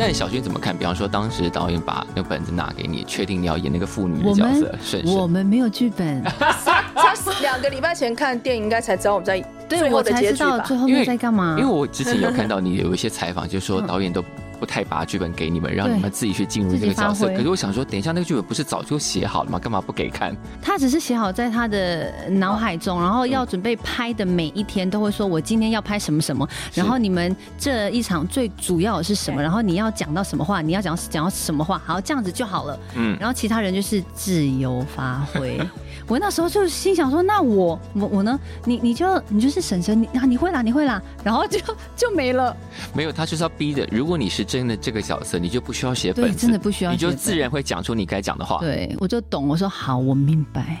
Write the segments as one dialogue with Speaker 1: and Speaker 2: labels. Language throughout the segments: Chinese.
Speaker 1: 但小军怎么看？比方说，当时导演把那个本子拿给你，确定你要演那个妇女的
Speaker 2: 我
Speaker 1: 角
Speaker 2: 们
Speaker 1: 色，顺
Speaker 2: 我
Speaker 1: 顺。
Speaker 2: 们没有 剧本，
Speaker 3: 他两个礼拜前看电影，应该才知道我们在
Speaker 2: 对
Speaker 3: 最后
Speaker 2: 我
Speaker 3: 的
Speaker 2: 才
Speaker 3: 结
Speaker 2: 知
Speaker 3: 局
Speaker 2: 道
Speaker 3: 吧
Speaker 2: 最。后面在干嘛
Speaker 1: 因为。我之前有看到你有一些采访，就是说导演都不太把剧本给你们，让你们自己去进入这个角
Speaker 2: 嗯自己
Speaker 1: 色。
Speaker 2: 发挥
Speaker 1: 可是我想说，等一下那个剧本不是早就写好了吗？干嘛不给看？
Speaker 2: 他只是写好在他的脑海中，然后要准备拍的每一天都会说，我今天要拍什么什么，
Speaker 1: 是
Speaker 2: 然后你们这一场最主要的是什么，
Speaker 3: 对
Speaker 2: 然后你要讲到什么话，你要讲讲到什么话，好，这样子就好了。
Speaker 1: 嗯，
Speaker 2: 然后其他人就是自由发 挥。我那时候就心想说，那我我我呢？你你就你就是婶婶，你啊你会啦，你会啦，然后就就没了。
Speaker 1: 没有，他就是要逼的。如果你是真的这个角色，你就不需要写
Speaker 2: 对，
Speaker 1: 本子，
Speaker 2: 真的不需要
Speaker 1: 你就
Speaker 2: 写本
Speaker 1: 自然会讲出你该讲的话。
Speaker 2: 对，我就懂。我说好，我明白。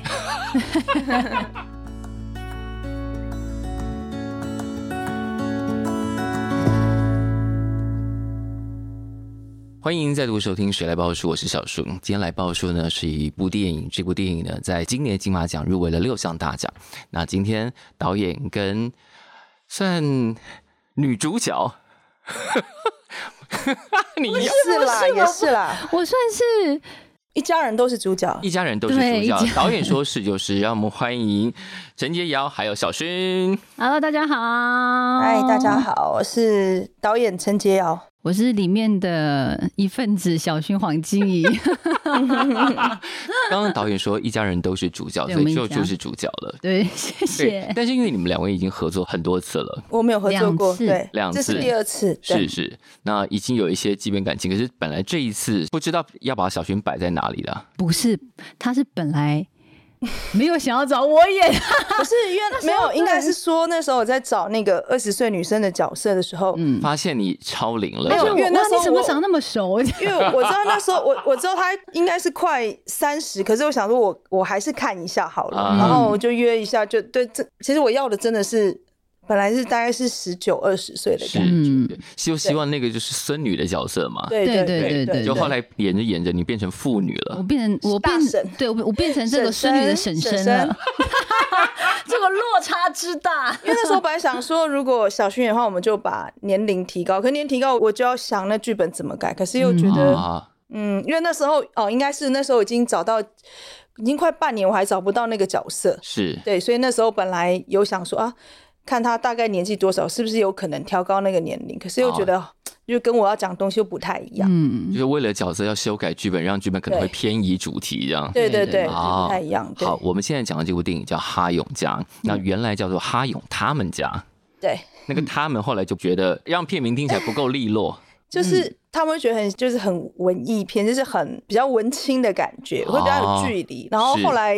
Speaker 1: 欢迎再度收听《谁来报数》，我是小树。今天来报数呢是一部电影，这部电影呢在今年金马奖入围了六项大奖。那今天导演跟算女主角，你一样
Speaker 3: 是啦，也是啦，哦
Speaker 2: 我算是
Speaker 3: 一家人都是主角。
Speaker 1: 一家人都是主
Speaker 2: 对一家
Speaker 1: 角
Speaker 2: 人。
Speaker 1: 导演说是就是，让我们欢迎陈洁瑶还有小薰。
Speaker 2: Hello，大家好。
Speaker 3: 嗨，大家。好，我是导演陈洁瑶。
Speaker 2: 我是里面的一份子，小薰黄金 怡。
Speaker 1: 刚刚导演说一家人都是主角，
Speaker 2: 对
Speaker 1: 所
Speaker 2: 我
Speaker 1: 以
Speaker 2: 们
Speaker 1: 就
Speaker 2: 一家
Speaker 1: 就是主角了。
Speaker 2: 对，谢
Speaker 1: 对
Speaker 2: 谢，。
Speaker 1: 但是因为你们两位已经合作很多次了，
Speaker 3: 我们有合作过，
Speaker 2: 两次
Speaker 3: 对，
Speaker 1: 两次
Speaker 3: 这是第二次，
Speaker 1: 是
Speaker 3: 对
Speaker 1: 是，那已经有一些基本感情。可是本来这一次不知道要把小薰摆在哪里的，
Speaker 2: 不是，他是本来没有想要找我演，
Speaker 3: 不是因为没有，应该是说那时候我在找那个二十岁女生的角色的时候，
Speaker 2: 嗯，
Speaker 1: 发现你超龄了。
Speaker 3: 没有
Speaker 1: 这样
Speaker 3: 因为那
Speaker 2: 哇
Speaker 3: 时候
Speaker 2: 你怎么
Speaker 3: 我
Speaker 2: 长那么熟？
Speaker 3: 因为我知道那时候 我我知道她应该是快三十，可是我想说我我还是看一下好了，
Speaker 1: 嗯
Speaker 3: 然后我就约一下，就对，这其实我要的真的是本来是大概是十九二十岁的
Speaker 1: 是
Speaker 3: 感觉，
Speaker 2: 嗯，
Speaker 1: 就希望那个就是孙女的角色嘛。
Speaker 3: 对
Speaker 2: 对
Speaker 3: 对
Speaker 2: 对对对
Speaker 1: 就后来演着演着，你变成妇女
Speaker 2: 我
Speaker 1: 了。
Speaker 2: 变成我
Speaker 3: 呃大
Speaker 2: 变
Speaker 3: 婶
Speaker 2: 对我我变成这个
Speaker 3: 婶
Speaker 2: 孙女的
Speaker 3: 婶
Speaker 2: 婶婶
Speaker 3: 婶 婶
Speaker 2: 了，这个落差之大，
Speaker 3: 因为那时候本来想说，如果小巡演的话，我们就把年龄提高。可年龄提高，我就要想那剧本怎么改。可是又觉得，
Speaker 1: 啊，
Speaker 3: 嗯因为那时候哦，应该是那时候已经找到，已经快半年，我还找不到那个角色。
Speaker 1: 是
Speaker 3: 对，所以那时候本来有想说啊，看他大概年纪多少，是不是有可能调高那个年龄？可是又觉得，就跟我要讲的东西又不太一样。
Speaker 2: 嗯
Speaker 1: 就，是为了角色要修改剧本，让剧本可能会
Speaker 3: 对
Speaker 1: 偏移主题这样。
Speaker 3: 对对
Speaker 2: 对
Speaker 3: 对，
Speaker 2: 对
Speaker 3: 就
Speaker 1: 哦
Speaker 3: 不太一样。对嗯
Speaker 1: 好，我们现在讲的这部电影叫《哈永家》，那原来叫做《哈永他们家》，
Speaker 3: 对，
Speaker 1: 那个他们后来就觉得让片名听起来不够利落，嗯
Speaker 3: 就是他们会觉得很就是很文艺片，就是很比较文青的感觉，
Speaker 1: 哦
Speaker 3: 会比较有距离。然后
Speaker 1: 是
Speaker 3: 后来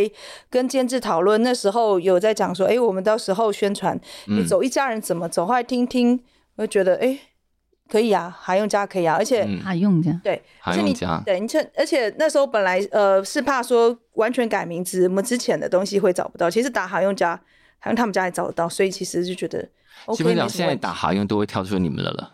Speaker 3: 跟监制讨论，那时候有在讲说，哎、我们到时候宣传
Speaker 1: 嗯
Speaker 3: 你走一家人怎么走，后来听听，我就觉得哎、诶可以啊，还用加可以啊，而且、
Speaker 1: 嗯，
Speaker 2: 啊用这样，
Speaker 3: 对，
Speaker 1: 哈
Speaker 3: 而且
Speaker 1: 永
Speaker 3: 你
Speaker 1: 家。
Speaker 3: 对，你趁而且那时候本来呃是怕说完全改名字，我们之前的东西会找不到，其实打还用加，还用他们家也找得到，所以其实就觉得 OK。
Speaker 1: 基本
Speaker 3: 没
Speaker 1: 上
Speaker 3: 什么
Speaker 1: 现在
Speaker 3: 问题
Speaker 1: 打哈用都会跳出你们了了。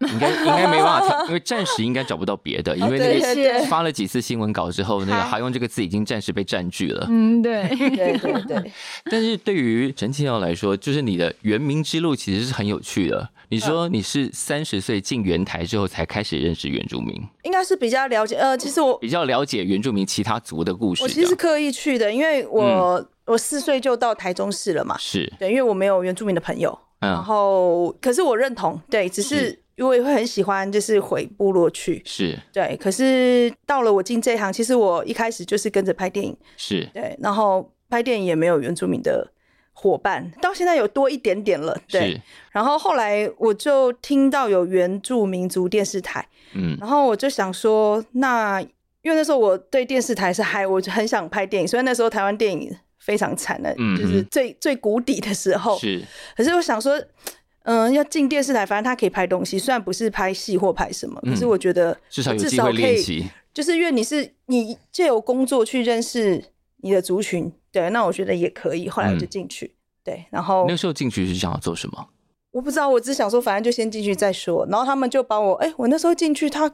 Speaker 1: 应该应该没办法跳，因为暂时应该找不到别的，因为
Speaker 3: 哦对
Speaker 1: 那
Speaker 3: 对
Speaker 1: 个
Speaker 3: 啊 对
Speaker 1: 发了几次新闻稿之后，那个“
Speaker 3: 嗨
Speaker 1: 哈用”这个字已经暂时被占据了。
Speaker 2: 嗯对，
Speaker 3: 对对对，
Speaker 1: 但是对于陈庆耀来说，就是你的原名之路其实是很有趣的。你
Speaker 3: 嗯
Speaker 1: 说你是三十岁进原台之后才开始认识原住民，
Speaker 3: 应该是比较了解。呃，其实我
Speaker 1: 比较了解原住民其他族的故事哦
Speaker 3: 我
Speaker 1: 这
Speaker 3: 其实
Speaker 1: 样。嗯
Speaker 3: 是刻意去的，因为我、我四岁就到台中市了嘛，
Speaker 1: 是，
Speaker 3: 对，因为我没有原住民的朋友，然
Speaker 1: 嗯，
Speaker 3: 后可是我认同，对，只是
Speaker 1: 是
Speaker 3: 因为会很喜欢就是回部落去，
Speaker 1: 是
Speaker 3: 对，可是到了我进这一行，其实我一开始就是跟着拍电影，
Speaker 1: 是
Speaker 3: 对，然后拍电影也没有原住民的伙伴，到现在有多一点点了，对
Speaker 1: 是，，
Speaker 3: 然后后来我就听到有原住民族电视台。
Speaker 1: 嗯，
Speaker 3: 然后我就想说，那因为那时候我对电视台是嗨，我就很想拍电影，所以那时候台湾电影非常惨的，
Speaker 1: 嗯哼
Speaker 3: 就是最最谷底的时候。
Speaker 1: 是
Speaker 3: 可是我想说，嗯、要进电视台，反正他可以拍东西，虽然不是拍戏或拍什么，
Speaker 1: 嗯
Speaker 3: 可是我觉得
Speaker 1: 至少有
Speaker 3: 至
Speaker 1: 机
Speaker 3: 少
Speaker 1: 会
Speaker 3: 可
Speaker 1: 练
Speaker 3: 以，
Speaker 1: 习。
Speaker 3: 就是因为你是你借由工作去认识你的族群，对，那我觉得也可以。后来我就
Speaker 1: 嗯
Speaker 3: 进去。对，然后
Speaker 1: 那时候进去是想要做什么？
Speaker 3: 我不知道，我只想说，反正就先进去再说。然后他们就把我，哎、我那时候进去，他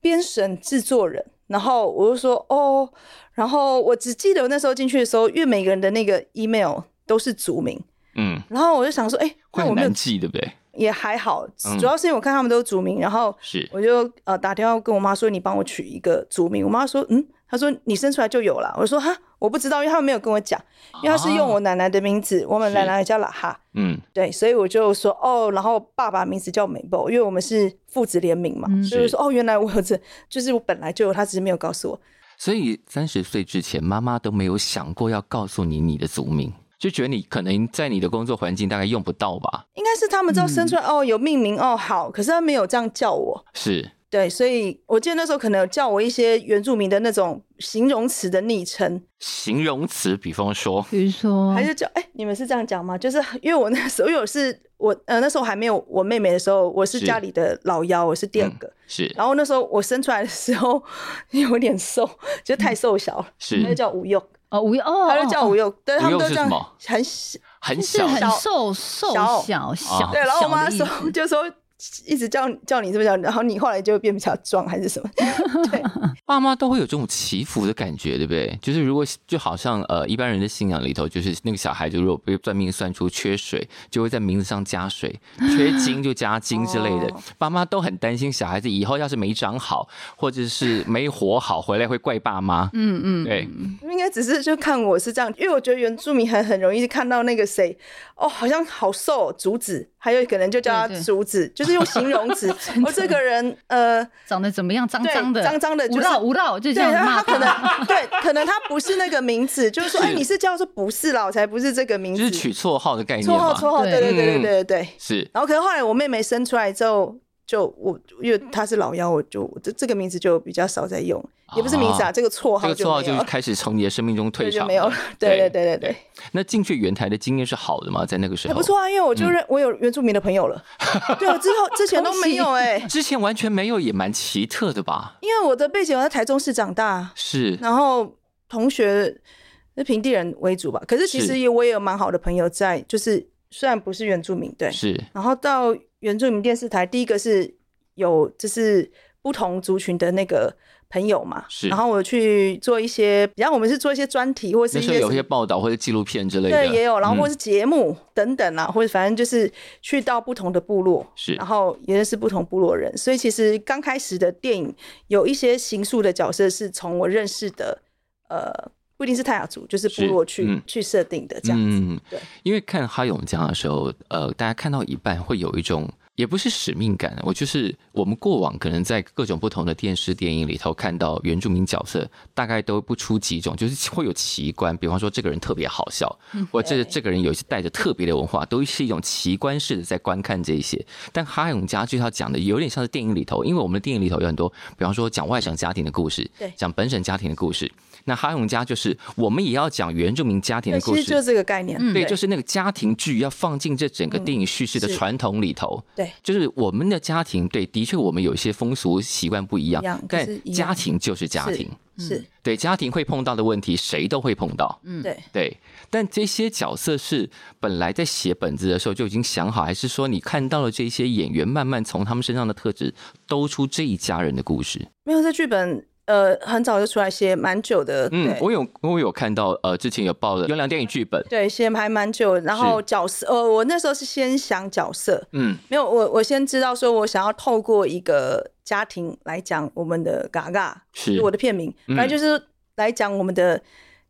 Speaker 3: 编审制作人，然后我就说哦，然后我只记得我那时候进去的时候，因为每个人的那个 email 都是族名，
Speaker 1: 嗯，
Speaker 3: 然后我就想说，哎、
Speaker 1: 会
Speaker 3: 那我
Speaker 1: 很
Speaker 3: 没有
Speaker 1: 难记，对不对？
Speaker 3: 也还好，
Speaker 1: 嗯
Speaker 3: 主要是因为我看他们都是族名，然后
Speaker 1: 是
Speaker 3: 我就呃打电话跟我妈说，你帮我取一个族名。我妈说，嗯，她说你生出来就有了。我说哈，我不知道，因为他们没有跟我讲，因为他是用我奶奶的名字，我们
Speaker 1: 啊是
Speaker 3: 奶奶叫拉哈，
Speaker 1: 嗯
Speaker 3: 对，所以我就说哦，然后爸爸名字叫美波，因为我们是父子联名嘛，
Speaker 2: 嗯
Speaker 3: 所以我
Speaker 1: 是
Speaker 3: 说哦，原来我有这，就是我本来就有，他只是没有告诉我。
Speaker 1: 所以三十岁之前，妈妈都没有想过要告诉你你的族名，就觉得你可能在你的工作环境大概用不到吧？
Speaker 3: 应该是他们知道生出来、哦有命名哦好，可是他没有这样叫我，
Speaker 1: 是
Speaker 3: 对，所以我记得那时候可能有叫我一些原住民的那种形容词的昵称，
Speaker 1: 形容词，比方说，
Speaker 2: 比如说
Speaker 3: 还是叫哎、你们是这样讲吗？就是因为我那时候，因为我是我呃那时候还没有我妹妹的时候，我是
Speaker 1: 是嗯
Speaker 3: 家里的老幺，我是第二个。
Speaker 1: 是
Speaker 3: 然后那时候我生出来的时候 有点瘦，就
Speaker 1: 嗯
Speaker 3: 太瘦小了，他就是叫吴佑，
Speaker 2: 哦无忧哦，
Speaker 3: 他就叫
Speaker 2: 哦
Speaker 3: 吴佑，对他们
Speaker 1: 吴
Speaker 3: 都
Speaker 1: 佑是什
Speaker 3: 这样
Speaker 1: 么
Speaker 3: 很小，
Speaker 1: 很
Speaker 2: 就是
Speaker 1: 小，
Speaker 2: 很
Speaker 3: 小
Speaker 2: 瘦瘦
Speaker 3: 小
Speaker 2: 小小，
Speaker 3: 对，然后我
Speaker 2: 小的
Speaker 3: 妈
Speaker 2: 意
Speaker 3: 说
Speaker 2: 思
Speaker 3: 就说一直叫叫你这么叫，然后你后来就变比较壮还是什么？
Speaker 1: 爸妈都会有这种祈福的感觉，对不对？就是如果就好像呃一般人的信仰里头，就是那个小孩就如果被算命算出缺水，就会在名字上加水；缺金就加金之类的
Speaker 3: 哦。
Speaker 1: 爸妈都很担心小孩子以后要是没长好，或者是没活好，回来会怪爸妈。
Speaker 2: 嗯嗯，
Speaker 1: 对，
Speaker 3: 应该只是就看我是这样，因为我觉得原住民很很容易看到那个谁，哦，好像好瘦哦、竹子，还有可能就叫他
Speaker 2: 对对
Speaker 3: 竹子，就是用形容 词。哦，这个人，呃，
Speaker 2: 长得怎么样？脏
Speaker 3: 对
Speaker 2: 脏的，
Speaker 3: 脏脏的
Speaker 2: 无
Speaker 3: 就是
Speaker 2: 绕无绕，就这
Speaker 3: 对，
Speaker 2: 样
Speaker 3: 他
Speaker 2: 骂
Speaker 3: 他可
Speaker 2: 他。
Speaker 3: 能对，可能他不是那个名字，就是说，
Speaker 1: 是
Speaker 3: 哎，你是叫说不是啦，我才不是这个名
Speaker 1: 就
Speaker 3: 字
Speaker 1: 是，取绰号的概念
Speaker 3: 绰号
Speaker 1: 嘛。
Speaker 3: 绰哦号，对对
Speaker 1: 嗯
Speaker 3: 对对对对对。
Speaker 1: 是
Speaker 3: 然后可能后来我妹妹生出来之后，就我因为她是老幺，我就我这这个名字就比较少在用，也不是名字啊，
Speaker 1: 哦
Speaker 3: 这个绰
Speaker 1: 这
Speaker 3: 号
Speaker 1: 个
Speaker 3: 就
Speaker 1: 绰号
Speaker 3: 没
Speaker 1: 就
Speaker 3: 有
Speaker 1: 是
Speaker 3: 了，
Speaker 1: 开始从你的生命中退
Speaker 3: 对就
Speaker 1: 场
Speaker 3: 没有了
Speaker 1: 了。。
Speaker 3: 对对对对对。
Speaker 1: 那进去原台的经验是好嗯的吗？在那个时候
Speaker 3: 还不错啊，因为我就认、我有原住民的朋友 了，对，我之后之前都没有哎、
Speaker 1: 之前完全没有，也蛮奇特的吧？
Speaker 3: 因为我的背景我在台中市长大，
Speaker 1: 是
Speaker 3: 然后同学是平地人为主吧，可是其
Speaker 1: 是
Speaker 3: 实也我也有蛮好的朋友在，就是虽然不是原住民，对，
Speaker 1: 是
Speaker 3: 然后到原住民电视台，第一个是有就是不同族群的那个朋友嘛，
Speaker 1: 是
Speaker 3: 然后我去做一些，比方我们是做一些专题或是
Speaker 1: 那
Speaker 3: 一
Speaker 1: 时候
Speaker 3: 些
Speaker 1: 有
Speaker 3: 什
Speaker 1: 一些
Speaker 3: 么
Speaker 1: 报道或者纪录片之类的，
Speaker 3: 对，也有，然后或
Speaker 1: 嗯
Speaker 3: 是节目等等啦，或者反正就是去到不同的部落，
Speaker 1: 是
Speaker 3: 然后也认识不同部落人，所以其实刚开始的电影有一些形塑的角色是从我认识的，呃，不一定是泰雅族，就是部
Speaker 1: 是
Speaker 3: 落去、
Speaker 1: 嗯
Speaker 3: 去设定的这样子，
Speaker 1: 嗯
Speaker 3: 对，
Speaker 1: 因为看哈永江的时候，呃，大家看到一半会有一种。也不是使命感，啊我就是我们过往可能在各种不同的电视电影里头看到原住民角色，大概都不出几种，就是会有奇观。比方说这个人特别好笑，或这
Speaker 3: 嗯对
Speaker 1: 这个人有一些带着特别的文化，都是一种奇观式的在观看这一些。但哈永家就要讲的有点像是电影里头，因为我们的电影里头有很多，比方说讲外省家庭的故事
Speaker 3: 对，
Speaker 1: 讲本省家庭的故事。那哈永家就是我们也要讲原住民家庭的
Speaker 3: 对，
Speaker 1: 故
Speaker 3: 其
Speaker 1: 事，
Speaker 3: 实就是这个概念，
Speaker 2: 嗯
Speaker 1: 对，就是那个家庭剧要放进这整个电影叙事的
Speaker 3: 嗯是
Speaker 1: 传统里头。
Speaker 3: 对，
Speaker 1: 就是我们的家庭，对，的确我们有一些风俗习惯不一样
Speaker 3: 一样，可
Speaker 1: 但
Speaker 3: 是一样
Speaker 1: 家嗯庭就是家
Speaker 3: 是
Speaker 1: 庭。
Speaker 3: 是，
Speaker 1: 对，家庭会碰到的问题，谁都会碰到。
Speaker 2: 嗯
Speaker 3: 对。
Speaker 1: 对，但这些角色是本来在写本子的时候就已经想好，还是说你看到了这些演员慢慢从他们身上的特质兜出这一家人的故事？
Speaker 3: 没有这剧本，呃，很早就出来写蛮久的，
Speaker 1: 嗯
Speaker 3: 对，，
Speaker 1: 我有我有看到，呃，之前有报的优良电影剧本，
Speaker 3: 对，写还蛮久的。然后
Speaker 1: 是
Speaker 3: 角色，呃，我那时候是先想角色，
Speaker 1: 嗯，
Speaker 3: 没有，我我先知道说我想要透过一个家庭来讲我们的嘎嘎，
Speaker 1: 是
Speaker 3: 我的片名，
Speaker 1: 嗯
Speaker 3: 反正就是来讲我们的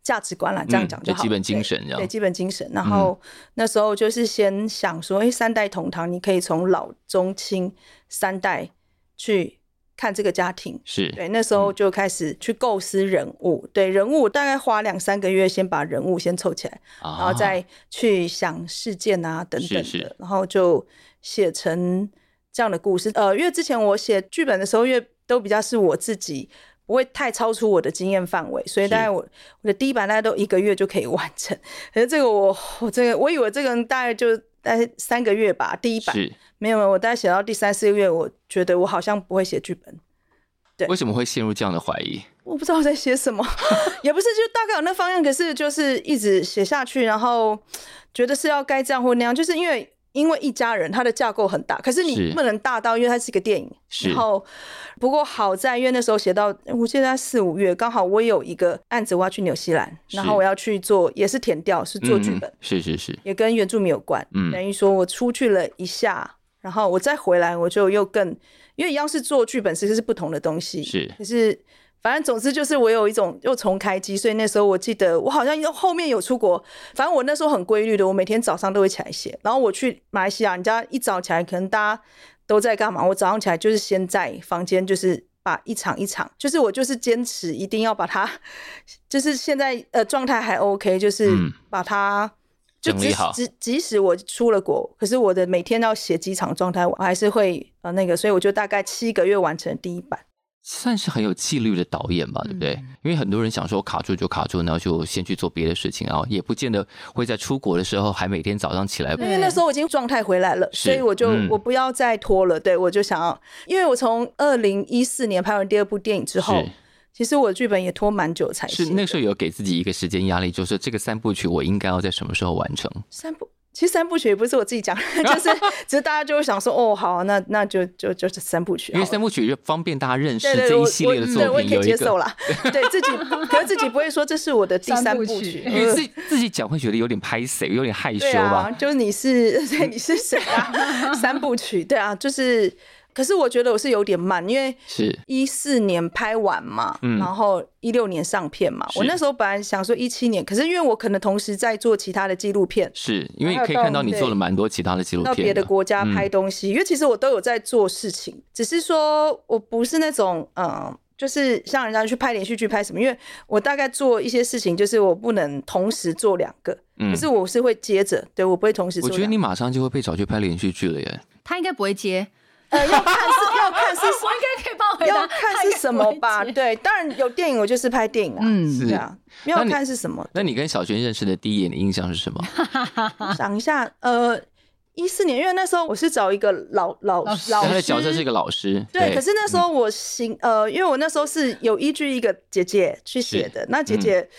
Speaker 3: 价值观啦，这样讲
Speaker 1: 嗯
Speaker 3: 就
Speaker 1: 对
Speaker 3: 好了，
Speaker 1: 基本精
Speaker 3: 对
Speaker 1: 神这样嗯
Speaker 3: 对，基本精神。然后那时候就是先想说，哎、三代同堂，你可以从老中青三代去看这个家庭，
Speaker 1: 是
Speaker 3: 对，那时
Speaker 1: 嗯
Speaker 3: 候就开始去构思人物，对人物大概花两三个月先把人物先凑起来，
Speaker 1: 啊
Speaker 3: 然后再去想事件啊等等的，
Speaker 1: 是是
Speaker 3: 然后就写成这样的故事。呃，因为之前我写剧本的时候，因为都比较是我自己。不会太超出我的经验范围，所以
Speaker 1: 是
Speaker 3: 大概我我的第一版大概都一个月就可以完成。可是这个我我这个我以为这个大概就大概三个月吧，第一版
Speaker 1: 是。
Speaker 3: 没有，没有我大概写到第三四个月，我觉得我好像不会写剧本，对
Speaker 1: 为什么会陷入这样的怀疑？
Speaker 3: 我不知道我在写什么， 也不是就大概有那方向，可是就是一直写下去，然后觉得是要该这样或那样，就是因为因为一家人它的架构很大，可是
Speaker 1: 是
Speaker 3: 你不能大到，因为它是一个电影。
Speaker 1: 是
Speaker 3: 然后不过好在，因为那时候写到我记得在四五月，刚好我有一个案子我要去纽西兰，
Speaker 1: 是
Speaker 3: 然后我要去做也是填调，是做剧
Speaker 1: 嗯
Speaker 3: 本，
Speaker 1: 是是是，
Speaker 3: 也跟原住民有关，
Speaker 1: 嗯
Speaker 3: 等于说我出去了一下，然后我再回来，我就又更，因为一样是做剧本，其实是不同的东西。
Speaker 1: 是
Speaker 3: 可是反正总之就是我有一种又重开机，所以那时候我记得我好像又后面有出国，反正我那时候很规律的，我每天早上都会起来写。然后我去马来西亚，人家一早起来可能大家都在干嘛，我早上起来就是先在房间就是。把一场一场，就是我就是坚持一定要把它， 就是现在呃状态还 OK，就是
Speaker 1: 嗯
Speaker 3: 把它就
Speaker 1: 整
Speaker 3: 即
Speaker 1: 理
Speaker 3: 使
Speaker 1: 好
Speaker 3: 即即使我出了国，可是我的每天要写几场状态，我还是会呃那个，所以我就大概七个月完成第一版。
Speaker 1: 算是很有纪律的导演吧，对不对？
Speaker 2: 嗯
Speaker 1: 因为很多人想说卡住就卡住，然后就先去做别的事情，然后也不见得会在出国的时候还每天早上起来
Speaker 2: 对
Speaker 3: 因为那时候我已经状态回来了，
Speaker 1: 嗯是
Speaker 3: 所以我就、
Speaker 1: 嗯
Speaker 3: 我不要再拖了，对我就想要，因为我从二零一四年拍完第二部电影之后，其实我剧本也拖蛮久才
Speaker 1: 是
Speaker 3: 写
Speaker 1: 是
Speaker 3: 的。
Speaker 1: 那时候有给自己一个时间压力，就是这个三部曲我应该要在什么时候完成？
Speaker 3: 三部，其实三部曲也不是我自己讲， 就是只是大家就会想说，哦，好、啊，那那就就就这三部曲好
Speaker 1: 因
Speaker 3: 了，
Speaker 1: 为三部曲就方便大家认识这
Speaker 3: 对对对，我
Speaker 1: 一系列的
Speaker 3: 我嗯
Speaker 1: 作
Speaker 3: 对我也
Speaker 1: 品
Speaker 3: 可以
Speaker 1: 有一
Speaker 3: 接受
Speaker 1: 个。
Speaker 3: 啦，对自己，可是自己不会说这是我的第三
Speaker 2: 三
Speaker 3: 部
Speaker 2: 部
Speaker 3: 曲
Speaker 2: 曲，
Speaker 1: 因为自己自己讲会觉得有点拍谁，有点害羞
Speaker 3: 嗯对
Speaker 1: 吧
Speaker 3: 啊，？就是你是， 对，你是谁 啊？三部曲，对啊，就是。可是我觉得我是有点慢，因为
Speaker 1: 是
Speaker 3: 一四年拍完嘛，
Speaker 1: 嗯
Speaker 3: 然后一六年上片嘛。
Speaker 1: 是
Speaker 3: 我那时候本来想说一七年，可是因为我可能同时在做其他的纪录片，
Speaker 1: 是，因为
Speaker 3: 还有
Speaker 1: 可以看到
Speaker 3: 到
Speaker 1: 你做了蛮多其他的纪录
Speaker 3: 到别
Speaker 1: 片
Speaker 3: 的
Speaker 1: 的，
Speaker 3: 国家
Speaker 1: 嗯
Speaker 3: 拍东西，因为其实我都有在做事情，只是说我不是那种嗯、呃就是像人家去拍连续剧拍什么，因为我大概做一些事情，就是我不能同时做两个，
Speaker 1: 嗯
Speaker 3: 可是我是会接着，对我不会同时
Speaker 1: 我
Speaker 3: 做两
Speaker 1: 觉
Speaker 3: 个。
Speaker 1: 得你马上就会被找去拍连续剧了耶。
Speaker 2: 他应该不会接，
Speaker 3: 呃要看是要看是
Speaker 2: 我应该可以帮我 回答
Speaker 3: 要看是什么吧，
Speaker 2: 他应该不会接
Speaker 3: 对，当然有电影我就是拍电影啊，
Speaker 2: 嗯，
Speaker 3: 对
Speaker 1: 是
Speaker 3: 啊，没有
Speaker 1: 那你
Speaker 3: 看是什么，
Speaker 1: 那你跟小璇认识的第一眼的印象是什么？
Speaker 2: 啊
Speaker 3: 想一下，呃，一四年，因为那时候我是找一个老老
Speaker 2: 老师
Speaker 3: 老
Speaker 1: 他的
Speaker 3: 师。
Speaker 1: 角色是一个嗯老师，
Speaker 3: 对，可是那时候我行，呃，因为我那时候是有依据一个姐姐去写的，那
Speaker 1: 嗯
Speaker 3: 姐姐、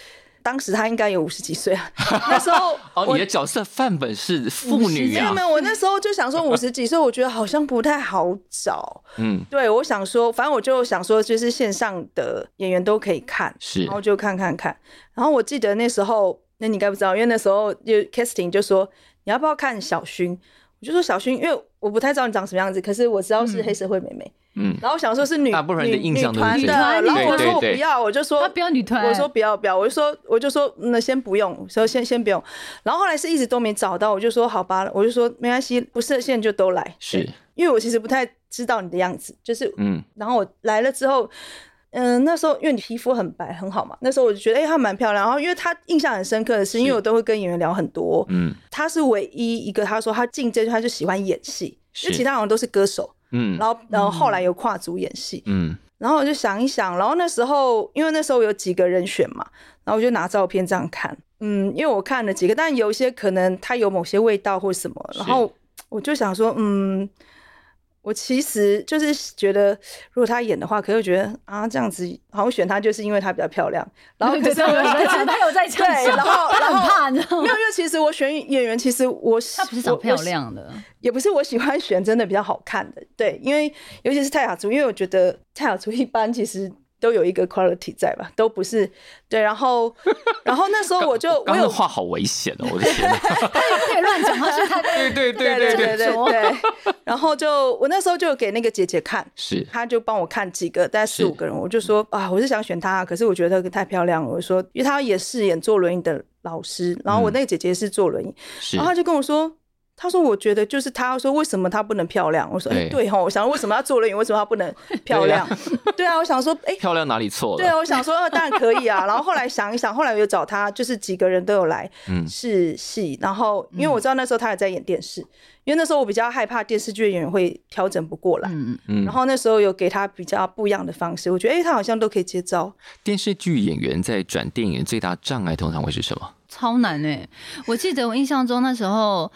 Speaker 3: 当时她应该有五十几岁 啊，那时候
Speaker 1: 哦，
Speaker 3: 我
Speaker 1: 你的角色范本是妇女
Speaker 3: 没
Speaker 1: 啊
Speaker 3: 有没，有，我那时候就想说五十几岁，我觉得好像不太好找，
Speaker 1: 嗯，
Speaker 3: 对我想说，反正我就想说，就是线上的演员都可以看，
Speaker 1: 是
Speaker 3: 然后就看看看，然后我记得那时候，那你应该不知道，因为那时候就 casting 就说你要不要看小薰，我就说小薰，因为我不太知道你长什么样子，可是我知道是
Speaker 2: 嗯
Speaker 3: 黑社会妹妹。
Speaker 1: 嗯，
Speaker 3: 然后想说是女
Speaker 1: 大部分人的印象
Speaker 3: 女
Speaker 1: 都是
Speaker 3: 女团
Speaker 1: 这
Speaker 3: 的，
Speaker 2: 样
Speaker 3: 然后我
Speaker 2: 对
Speaker 3: 说我不
Speaker 1: 对对
Speaker 3: 要，我就说
Speaker 2: 他不要女团
Speaker 3: 我说不要不要，我就说我就说那先不用，说先先不用。然后后来是一直都没找到，我就说好吧，我就说没关系，不设限就都来，
Speaker 1: 是，
Speaker 3: 因为我其实不太知道你的样子，就是
Speaker 1: 嗯，
Speaker 3: 然后我来了之后。嗯，那时候因为你皮肤很白很好嘛，那时候我就觉得哎、她蛮漂亮。然后因为她印象很深刻的是，因为我都会跟演员聊很多，
Speaker 1: 嗯，
Speaker 3: 她是唯一一个她说她进这，她就喜欢演戏，因为
Speaker 1: 是
Speaker 3: 其他好像都是歌手。
Speaker 1: 嗯，
Speaker 3: 然后然后后来有跨组演戏，
Speaker 1: 嗯，
Speaker 3: 然后我就想一想，然后那时候因为那时候有几个人选嘛，然后我就拿照片这样看，嗯，因为我看了几个，但有一些可能它有某些味道或什么，
Speaker 1: 是
Speaker 3: 然后我就想说，嗯，我其实就是觉得，如果他演的话，可是我觉得啊，这样子好像选他就是因为她比较漂亮，然后可是可
Speaker 2: 可
Speaker 3: 是
Speaker 2: 是他有在
Speaker 3: 对
Speaker 2: 唱，什么，
Speaker 3: 然后
Speaker 2: 他
Speaker 3: 然
Speaker 2: 很
Speaker 3: 后
Speaker 2: 怕，你知道
Speaker 3: 没
Speaker 2: 吗？
Speaker 3: 有，因为其实我选演员，其实我
Speaker 2: 他不是长
Speaker 3: 我
Speaker 2: 漂
Speaker 3: 我
Speaker 2: 亮的，
Speaker 3: 也不是我喜欢选真的比较好看的，对，因为尤其是泰雅族，因为我觉得泰雅族一般其实都有一个 quality 在吧，都不是对，然后 然后那时候我就
Speaker 1: 刚
Speaker 3: 我
Speaker 1: 刚的
Speaker 3: 有
Speaker 1: 话好危险哦，我的天哪，
Speaker 2: 可以乱讲，他说他
Speaker 1: 对对对
Speaker 3: 对
Speaker 1: 对，
Speaker 3: 对对
Speaker 2: 说
Speaker 3: 对，然后就我那时候就给那个姐姐看，
Speaker 1: 是，
Speaker 3: 她就帮我看几个，大概
Speaker 1: 是
Speaker 3: 四五个人，我就说啊，我是想选她，可是我觉得她太漂亮了，我说因为她也饰演坐轮椅的老师，然后我
Speaker 1: 嗯
Speaker 3: 那个姐姐是坐轮椅，
Speaker 1: 是
Speaker 3: 然后他就跟我说，他说我觉得就是他说为什么她不能漂亮？我说哎
Speaker 1: 对
Speaker 3: 对吼，我想为什么要坐轮椅，为什么她不 能漂亮？对啊，我想说哎。
Speaker 1: 漂亮哪里错
Speaker 3: 对啊，
Speaker 1: 了？
Speaker 3: 我想说，呃当然可以啊。然后后来想一想，后来我有找他，就是几个人都有来
Speaker 1: 嗯，
Speaker 3: 试戏。然后因为我知道那时候他也在演电视，因为那时候我比较害怕电视剧的演员会调整不过来。
Speaker 2: 嗯，
Speaker 1: 嗯
Speaker 3: 然后那时候有给他比较不一样的方式，我觉得哎、他好像都可以接招。
Speaker 1: 电视剧演员在转电影最大障碍通常会是什么？
Speaker 2: 超难哎、我记得我印象中那时候。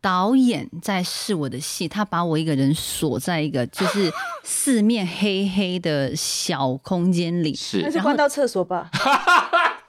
Speaker 2: 导演在试我的戏，他把我一个人锁在一个就是四面黑黑的小空间里，
Speaker 1: 是
Speaker 3: 那就关到厕所吧。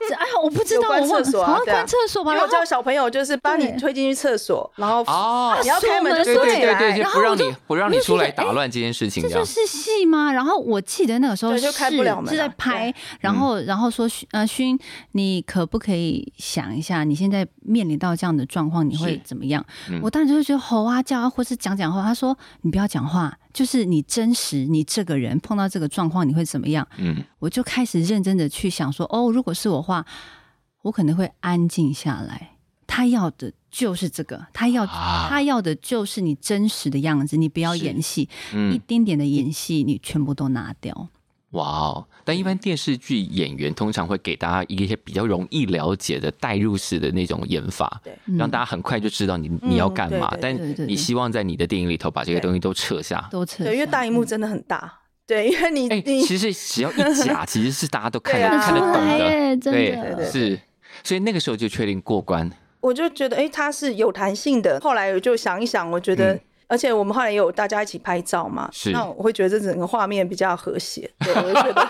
Speaker 2: 知哎呀，我不知道，
Speaker 3: 有关
Speaker 2: 我忘
Speaker 3: 厕所
Speaker 2: 了，
Speaker 3: 啊
Speaker 2: 好像
Speaker 3: 对啊
Speaker 2: 关厕所吧，
Speaker 3: 因为
Speaker 2: 然后
Speaker 3: 我叫小朋友就是把你
Speaker 2: 对
Speaker 3: 推进去厕所，然后
Speaker 1: 哦，
Speaker 3: 你要开门就
Speaker 1: 对
Speaker 3: 锁
Speaker 1: 对
Speaker 3: 起
Speaker 1: 对对，
Speaker 3: 来，
Speaker 1: 就
Speaker 2: 然
Speaker 1: 不
Speaker 2: 后我
Speaker 1: 让
Speaker 2: 就
Speaker 1: 你不让你
Speaker 2: 我就
Speaker 1: 出
Speaker 2: 觉
Speaker 1: 来
Speaker 2: 得
Speaker 1: 打
Speaker 2: 哎
Speaker 1: 乱这件事情，
Speaker 2: 这
Speaker 1: 这样
Speaker 2: 就是戏吗？然后我记得那个时候
Speaker 3: 对
Speaker 2: 是
Speaker 3: 就开不了门啊
Speaker 2: 是在拍，然后
Speaker 1: 嗯
Speaker 2: 然后说勋呃勋，你可不可以想一下，你现在面临到这样的状况，你会
Speaker 1: 是
Speaker 2: 怎么样？
Speaker 1: 嗯
Speaker 2: 我当时就会觉得吼啊叫啊，或是讲讲话。他说你不要讲话，就是你真实你这个人碰到这个状况你会怎么样？
Speaker 1: 嗯，
Speaker 2: 我就开始认真的去想说，哦，如果是我的话，我可能会安静下来。他要的就是这个，他要、
Speaker 1: 啊
Speaker 2: 他要的就是你真实的样子，你不要
Speaker 1: 是
Speaker 2: 演戏。一
Speaker 1: 嗯，
Speaker 2: 丁点的演戏，你全部都拿掉。
Speaker 1: 哇哦！但
Speaker 2: 嗯
Speaker 1: 一般电视剧演员通常会给大家一些比较容易了解的代入式的那种演法，
Speaker 2: 嗯
Speaker 1: 让大家很快就知道你你要
Speaker 3: 嗯
Speaker 1: 干
Speaker 3: 对
Speaker 1: 嘛。
Speaker 2: 对
Speaker 3: 对
Speaker 2: 对
Speaker 1: 但
Speaker 2: 对
Speaker 1: 你希望在你的电影里头把这些
Speaker 3: 对
Speaker 1: 东西都撤下。
Speaker 2: 都撤下。
Speaker 3: 对，因为大荧幕真的很大，对，因为你
Speaker 1: 嗯哎，
Speaker 3: 你
Speaker 1: 其实只要一 假，其实是大家都看得
Speaker 3: 对啊
Speaker 1: 看得懂
Speaker 2: 出来
Speaker 1: 的，
Speaker 2: 耶，哦真
Speaker 1: 对
Speaker 2: 的
Speaker 3: 对对
Speaker 1: 是。所以那个时候就确定过关，
Speaker 3: 我就觉得，哎、它是有弹性的。后来我就想一想，我觉得，
Speaker 1: 嗯
Speaker 3: 而且我们后来也有大家一起拍照嘛，
Speaker 1: 是
Speaker 3: 那我会觉得这整个画面比较和谐。对，我 就觉得，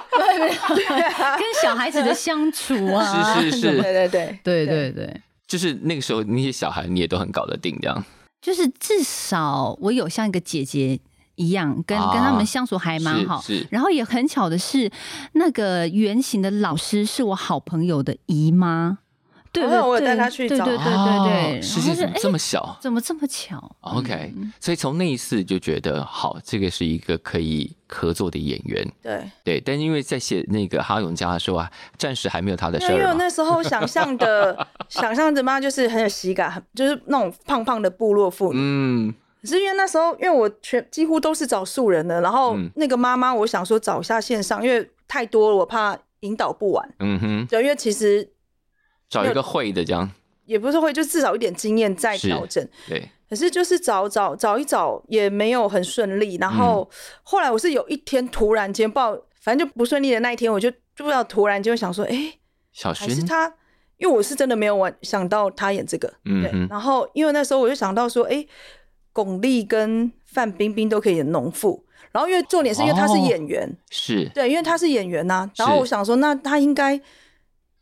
Speaker 2: 跟小孩子的相处啊，
Speaker 1: 是是
Speaker 2: 什么
Speaker 1: 是，
Speaker 3: 对对对
Speaker 2: 对对对，
Speaker 1: 就是那个时候那些小孩你也都很搞得定这样。
Speaker 2: 就是至少我有像一个姐姐一样，跟
Speaker 1: 啊
Speaker 2: 跟他们相处还蛮好
Speaker 1: 是是。
Speaker 2: 然后也很巧的是，那个原型的老师是我好朋友的姨妈，对
Speaker 3: 哦
Speaker 2: 对，
Speaker 3: 我有
Speaker 2: 对
Speaker 3: 带她去
Speaker 2: 对
Speaker 3: 找
Speaker 2: 对对
Speaker 1: 哦
Speaker 2: 对对，
Speaker 1: 世
Speaker 2: 然后
Speaker 1: 界怎么
Speaker 2: 就哎
Speaker 1: 这么小？
Speaker 2: 怎么这么巧
Speaker 3: 嗯
Speaker 1: OK，所以从那一次就觉得好，这个是一个可以合作的演员，
Speaker 3: 对，
Speaker 1: 对。但因为在写那个哈永家的时候啊，暂时还没有他的事
Speaker 3: 因为因为
Speaker 1: 儿
Speaker 3: 我
Speaker 1: 嘛，
Speaker 3: 那时候想象 的，想象的嘛，就是很有喜感，很就是那种胖胖的部落妇女。
Speaker 1: 嗯，
Speaker 3: 可是因为那时候，因为我全几乎都是找素人的，然后
Speaker 1: 嗯
Speaker 3: 那个妈妈，我想说找一下线上，因为太多了，我怕引导不完。
Speaker 1: 嗯哼，
Speaker 3: 对，因为其实
Speaker 1: 找一个会的这样，
Speaker 3: 也不是会，就至少一点经验再
Speaker 1: 是
Speaker 3: 调整。
Speaker 1: 对，
Speaker 3: 可是就是找找找一找也没有很顺利，然后
Speaker 1: 嗯
Speaker 3: 后来我是有一天突然间报，反正就不顺利的那一天，我就就不知道突然间想说，哎、
Speaker 1: 小
Speaker 3: 还是
Speaker 1: 薰，
Speaker 3: 他，因为我是真的没有玩想到他演这个，
Speaker 1: 嗯
Speaker 3: 对
Speaker 1: 哼。
Speaker 3: 然后因为那时候我就想到说，哎、巩俐跟范冰冰都可以演农妇，然后因为重点是因为他是
Speaker 1: 哦
Speaker 3: 演员，
Speaker 1: 是，
Speaker 3: 对，因为他是演员呐、然后
Speaker 1: 是
Speaker 3: 我想说，那他应该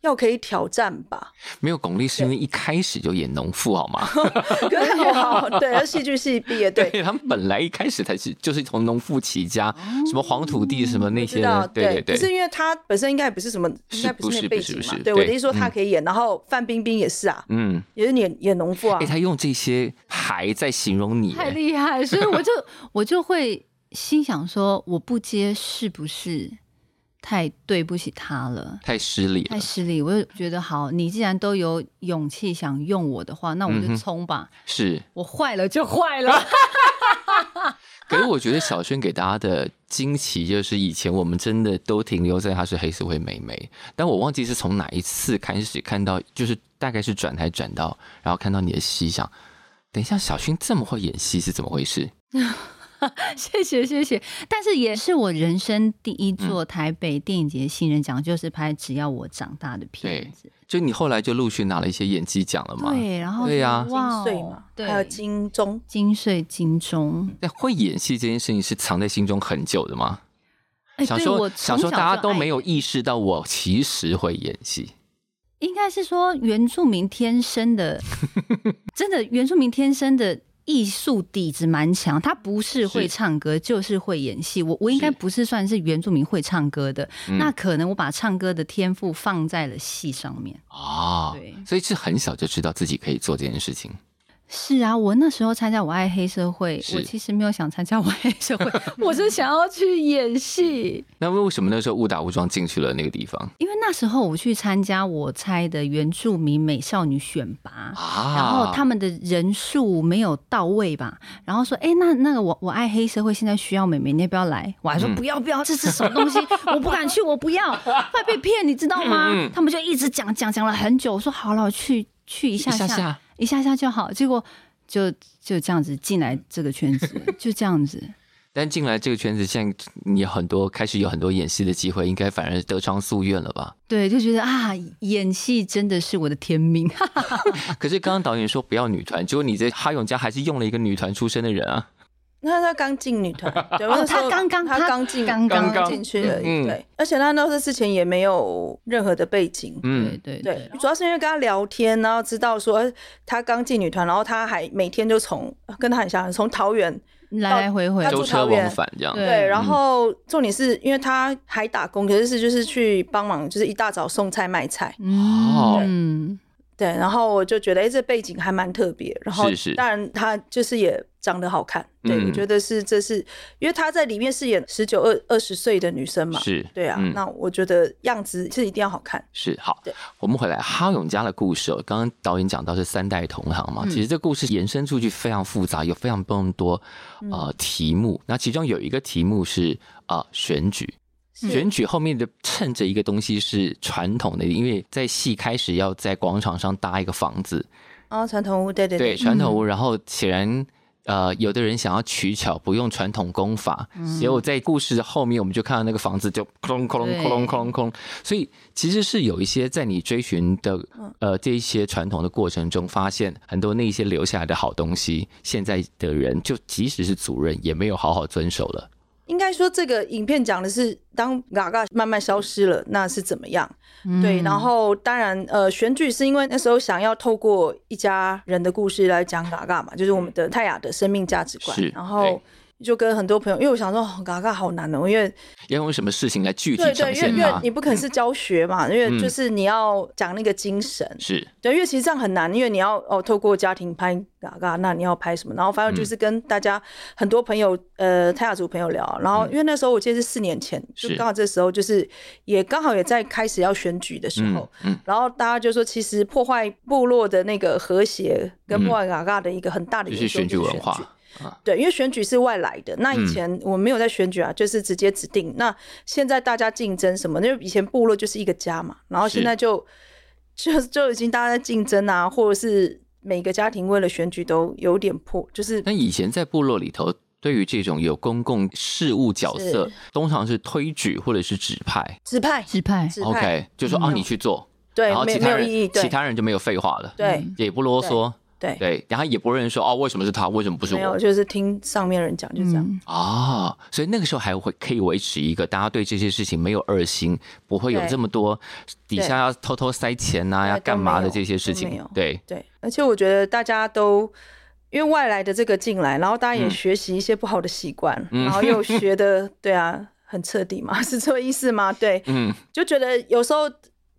Speaker 3: 要可以挑战吧，
Speaker 1: 没有巩俐是因为一开始就演农妇好吗？
Speaker 3: 可是好好哦对，戏剧系毕业，对，哦
Speaker 1: 对 他们本来一开始才是就是从农妇起家，什么黄土地什么那些
Speaker 3: 知
Speaker 1: 的，
Speaker 3: 道
Speaker 1: 对
Speaker 3: 可是
Speaker 1: 对，
Speaker 3: 因为他本身应该也不是什么，应该
Speaker 1: 不
Speaker 3: 是
Speaker 1: 是
Speaker 3: 那
Speaker 1: 不
Speaker 3: 背
Speaker 1: 是
Speaker 3: 景
Speaker 1: 不
Speaker 3: 嘛
Speaker 1: 是。
Speaker 3: 对，我的
Speaker 1: 对
Speaker 3: 意思说他
Speaker 1: 嗯
Speaker 3: 可以演，然后范冰冰也是啊，
Speaker 1: 嗯，
Speaker 3: 也是演演农妇啊
Speaker 1: 哎，。他用这些还在形容你，
Speaker 2: 太
Speaker 1: 哎
Speaker 2: 厉害，所以我就我就会心想说，我不接是不是太对不起他了？
Speaker 1: 太失礼了
Speaker 2: 太，失礼，我就觉得好，你既然都有勇气想用我的话，那我
Speaker 1: 嗯
Speaker 2: 就
Speaker 1: 哼
Speaker 2: 冲吧，
Speaker 1: 是。
Speaker 2: 我坏了就坏了。
Speaker 1: 可是我觉得小轩给大家的惊奇就是，以前我们真的都停留在她是黑社会妹妹，但我忘记是从哪一次开始看到，就是大概是转台转到，然后看到你的戏，想等一下小轩这么会演戏是怎么回事？
Speaker 2: 谢谢谢谢，但是也是我人生第一
Speaker 1: 嗯
Speaker 2: 座台北电影节新人奖，就是拍《只要我长大》的片子。
Speaker 1: 就你后来就陆续拿了一些演技奖了嘛？
Speaker 2: 对，然后
Speaker 1: 对呀
Speaker 2: 就哇
Speaker 3: 金
Speaker 2: 哦
Speaker 3: 穗嘛，还有
Speaker 2: 对，
Speaker 3: 金钟，
Speaker 2: 金穗金钟。
Speaker 1: 但会演戏这件事情是藏在心中很久的吗？
Speaker 2: 哎，
Speaker 1: 想
Speaker 2: 对
Speaker 1: 说
Speaker 2: 我
Speaker 1: 想说
Speaker 2: 从小
Speaker 1: 大家
Speaker 2: 就
Speaker 1: 都
Speaker 2: 爱
Speaker 1: 没有意识到我其实会演戏，
Speaker 2: 应该是说原住民天 生的，真的原住民天生的艺术底子蛮强。他不是会唱歌，就是会演戏。我我应该
Speaker 1: 是嗯
Speaker 2: 不是算是原住民会唱歌的，那可能我把唱歌的天赋放在了戏上面。
Speaker 1: 啊、
Speaker 2: 对
Speaker 1: 所以是很小就知道自己可以做这件事情。
Speaker 2: 是啊，我那时候参加《我爱黑社会》，
Speaker 1: 是
Speaker 2: 我其实没有想参加《我爱黑社会》， 我是想要去演戏。
Speaker 1: 那为什么那时候误打误撞进去了那个地方
Speaker 2: 因为那时候我去参加我猜的原住民美少女选拔，
Speaker 1: 啊？
Speaker 2: 然后他们的人数没有到位吧，然后说，哎、那那个我我爱黑社会现在需要美眉，你要不要来？我还
Speaker 1: 嗯
Speaker 2: 说不要不要，这是什么东西？我不敢去，我不 要，快被骗，你知道吗？
Speaker 1: 嗯
Speaker 2: 他们就一直讲讲讲了很久，我说好了，我去去一下
Speaker 1: 一下下
Speaker 2: 一下下就好，结果就就这样子进来这个圈子， 就这样子。
Speaker 1: 但进来这个圈子，现在你有很多开始有很多演戏的机会，应该反而得偿夙愿了 吧？
Speaker 2: 对，就觉得啊，演戏真的是我的天命。
Speaker 1: 可是刚刚导演说不要女团，结果你这哈永家还是用了一个女团出身的人啊。
Speaker 3: 那他刚进女团，对，
Speaker 1: 哦
Speaker 3: 那时候
Speaker 2: 他刚刚
Speaker 3: 他
Speaker 2: 他
Speaker 3: 刚进
Speaker 2: 刚
Speaker 1: 刚
Speaker 3: 刚进去而已，
Speaker 1: 嗯
Speaker 3: 对，而且他那时候之前也没有任何的背景，
Speaker 2: 对
Speaker 1: 嗯，
Speaker 2: 对
Speaker 3: 对，主要是因为跟他聊天，然后知道说呃他刚进女团，然后他还每天就从跟他很像，从桃园
Speaker 2: 来来回回
Speaker 3: 他，
Speaker 1: 舟
Speaker 3: 住
Speaker 1: 车
Speaker 3: 桃园
Speaker 1: 往返这样，
Speaker 2: 对
Speaker 3: 对，然后重点是因为他还打工，可是是就是去帮忙，就是一大早送菜卖菜，
Speaker 1: 哦
Speaker 2: 嗯，
Speaker 3: 对，然后我就觉得哎、诶这背景还蛮特别，然后
Speaker 1: 是是
Speaker 3: 当然他就是也长得好看，对，
Speaker 1: 嗯
Speaker 3: 我觉得是这是因为他在里面饰演十九二二十岁的女生嘛，
Speaker 1: 是
Speaker 3: 对啊，
Speaker 1: 嗯
Speaker 3: 那我觉得样子是一定要好看，
Speaker 1: 是好
Speaker 3: 对，
Speaker 1: 我们回来哈永家的故事哦。刚刚导演讲到是三代同行嘛，
Speaker 2: 嗯
Speaker 1: 其实这故事延伸出去非常复杂，有非常非常多
Speaker 3: 嗯
Speaker 1: 呃题目。那其中有一个题目是啊、呃选举，
Speaker 3: 是
Speaker 1: 选举后面的衬着一个东西是传统的，因为在戏开始要在广场上搭一个房子，
Speaker 3: 然后啊传统屋，对对嗯
Speaker 1: 对传统屋，然后显然。呃，有的人想要取巧，不用传统功法，
Speaker 3: 嗯
Speaker 1: 结果在故事的后面，我们就看到那个房子就哐隆哐隆哐隆
Speaker 2: 对
Speaker 1: 哐隆哐隆，所以其实是有一些在你追寻的
Speaker 3: 嗯
Speaker 1: 呃这一些传统的过程中，发现很多那一些留下来的好东西，现在的人就即使是主人也没有好好遵守了。
Speaker 3: 应该说，这个影片讲的是当嘎嘎慢慢消失了，那是怎么样？
Speaker 1: 嗯
Speaker 2: 嗯
Speaker 3: 对，然后当然，呃，选举是因为那时候想要透过一家人的故事来讲嘎嘎嘛，就是我们的泰雅的生命价值观
Speaker 1: 是。
Speaker 3: 然
Speaker 1: 对
Speaker 3: 后就跟很多朋友，因为我想说哦嘎嘎好难哦，因为
Speaker 1: 要用什么事情来具体
Speaker 3: 对对，
Speaker 1: 呈
Speaker 3: 因为
Speaker 1: 现
Speaker 3: 因为
Speaker 1: 它？
Speaker 3: 你不可能是教学嘛，因为
Speaker 1: 嗯
Speaker 3: 就是你要讲那个精神，
Speaker 1: 是
Speaker 3: 对，因为其实这样很难，因为你要哦透过家庭拍嘎嘎，那你要拍什么？然后反正
Speaker 1: 嗯
Speaker 3: 就是跟大家很多朋友，呃，泰雅族朋友聊。然后
Speaker 1: 嗯
Speaker 3: 因为那时候我记得是四年前，就是刚好这时候就是也刚好也在开始要选举的时
Speaker 1: 嗯
Speaker 3: 候，
Speaker 1: 嗯
Speaker 3: 然后大家就说，其实破坏部落的那个和谐跟破坏嘎嘎的一个很大的
Speaker 1: 嗯就
Speaker 3: 因
Speaker 1: 是
Speaker 3: 素
Speaker 1: 选举文
Speaker 3: 选
Speaker 1: 化，嗯
Speaker 3: 对，因为选举是外来的，那以前我们没有在选举啊，就是直接指定。那现在大家竞争什么？因为以前部落就是一个家嘛，然后
Speaker 1: 是
Speaker 3: 现在就 就就已经大家在竞争啊，或者是每个家庭为了选举都有点破，就是
Speaker 1: 那以前在部落里头，对于这种有公共事务角色
Speaker 3: 是，
Speaker 1: 通常是推举或者是指派。
Speaker 3: 指派
Speaker 2: 指派
Speaker 3: 指派
Speaker 1: OK，就说哦，
Speaker 3: 嗯
Speaker 1: 你去做，
Speaker 3: 对
Speaker 1: 然后
Speaker 3: 没
Speaker 1: 其
Speaker 3: 没
Speaker 1: 他
Speaker 3: 有
Speaker 1: 人
Speaker 3: 意义，对
Speaker 1: 其他人就没有废话了，
Speaker 3: 对
Speaker 1: 也不啰嗦，
Speaker 3: 对
Speaker 1: 对，然后也不认说哦，为什么是他，为什么不是
Speaker 3: 没有
Speaker 1: 我
Speaker 3: 就是听上面人讲就这样，
Speaker 2: 嗯
Speaker 1: 啊、所以那个时候还会可以维持一个大家对这些事情没有二心，不会有
Speaker 3: 对
Speaker 1: 这么多底下要偷偷塞钱呐、
Speaker 3: 对
Speaker 1: 要
Speaker 3: 都
Speaker 1: 干嘛
Speaker 3: 没
Speaker 1: 的
Speaker 3: 有
Speaker 1: 这些事
Speaker 3: 都没
Speaker 1: 情
Speaker 3: 有，
Speaker 1: 对，
Speaker 3: 对。而且我觉得大家都。因为外来的这个进来，然后大家也
Speaker 1: 嗯
Speaker 3: 学习一些不好的习惯，
Speaker 1: 嗯
Speaker 3: 然后 又学的，对啊，很彻底嘛， 是这个意思吗？对，
Speaker 1: 嗯，
Speaker 3: 就觉得有时候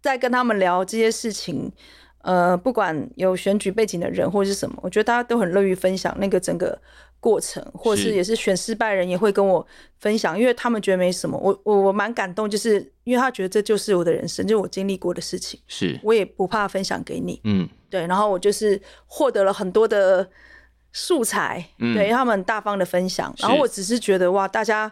Speaker 3: 在跟他们聊这些事情，呃，不管有选举背景的人或是什么，我觉得大家都很乐于分享那个整个过程，或者
Speaker 1: 是
Speaker 3: 是也是选失败人也会跟我分享，因为他们觉得没什么，我我我蛮感动，就是因为他觉得这就是我的人生，就是我经历过的事情，
Speaker 1: 是，
Speaker 3: 我也不怕分享给你，
Speaker 1: 嗯，
Speaker 3: 对，然后我就是获得了很多的素材，
Speaker 1: 嗯
Speaker 3: 对他们很大方的分享。然后
Speaker 1: 是
Speaker 3: 我只是觉得哇，大家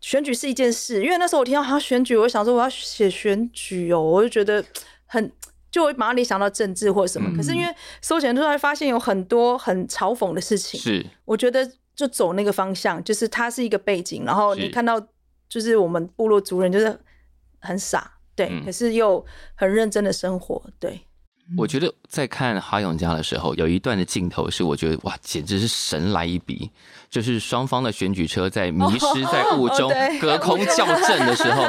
Speaker 3: 选举是一件事，因为那时候我听到他选举，我就想说我要写选举哦，我就觉得很。就我马上联想到政治或什么，可是因
Speaker 1: 嗯
Speaker 3: 为搜钱突然发现有很多很嘲讽的事情，
Speaker 1: 是，
Speaker 3: 我觉得就走那个方向，就是它是一个背景，然后
Speaker 1: 是
Speaker 3: 你看到就是我们部落族人就是很傻，对，
Speaker 1: 嗯
Speaker 3: 可是又很认真的生活，对，
Speaker 1: 我觉得在看哈永家的时候，有一段的镜头是我觉得哇，简直是神来一笔，就是双方的选举车在迷失在雾中、
Speaker 3: 哦对
Speaker 1: 隔空校正的时候，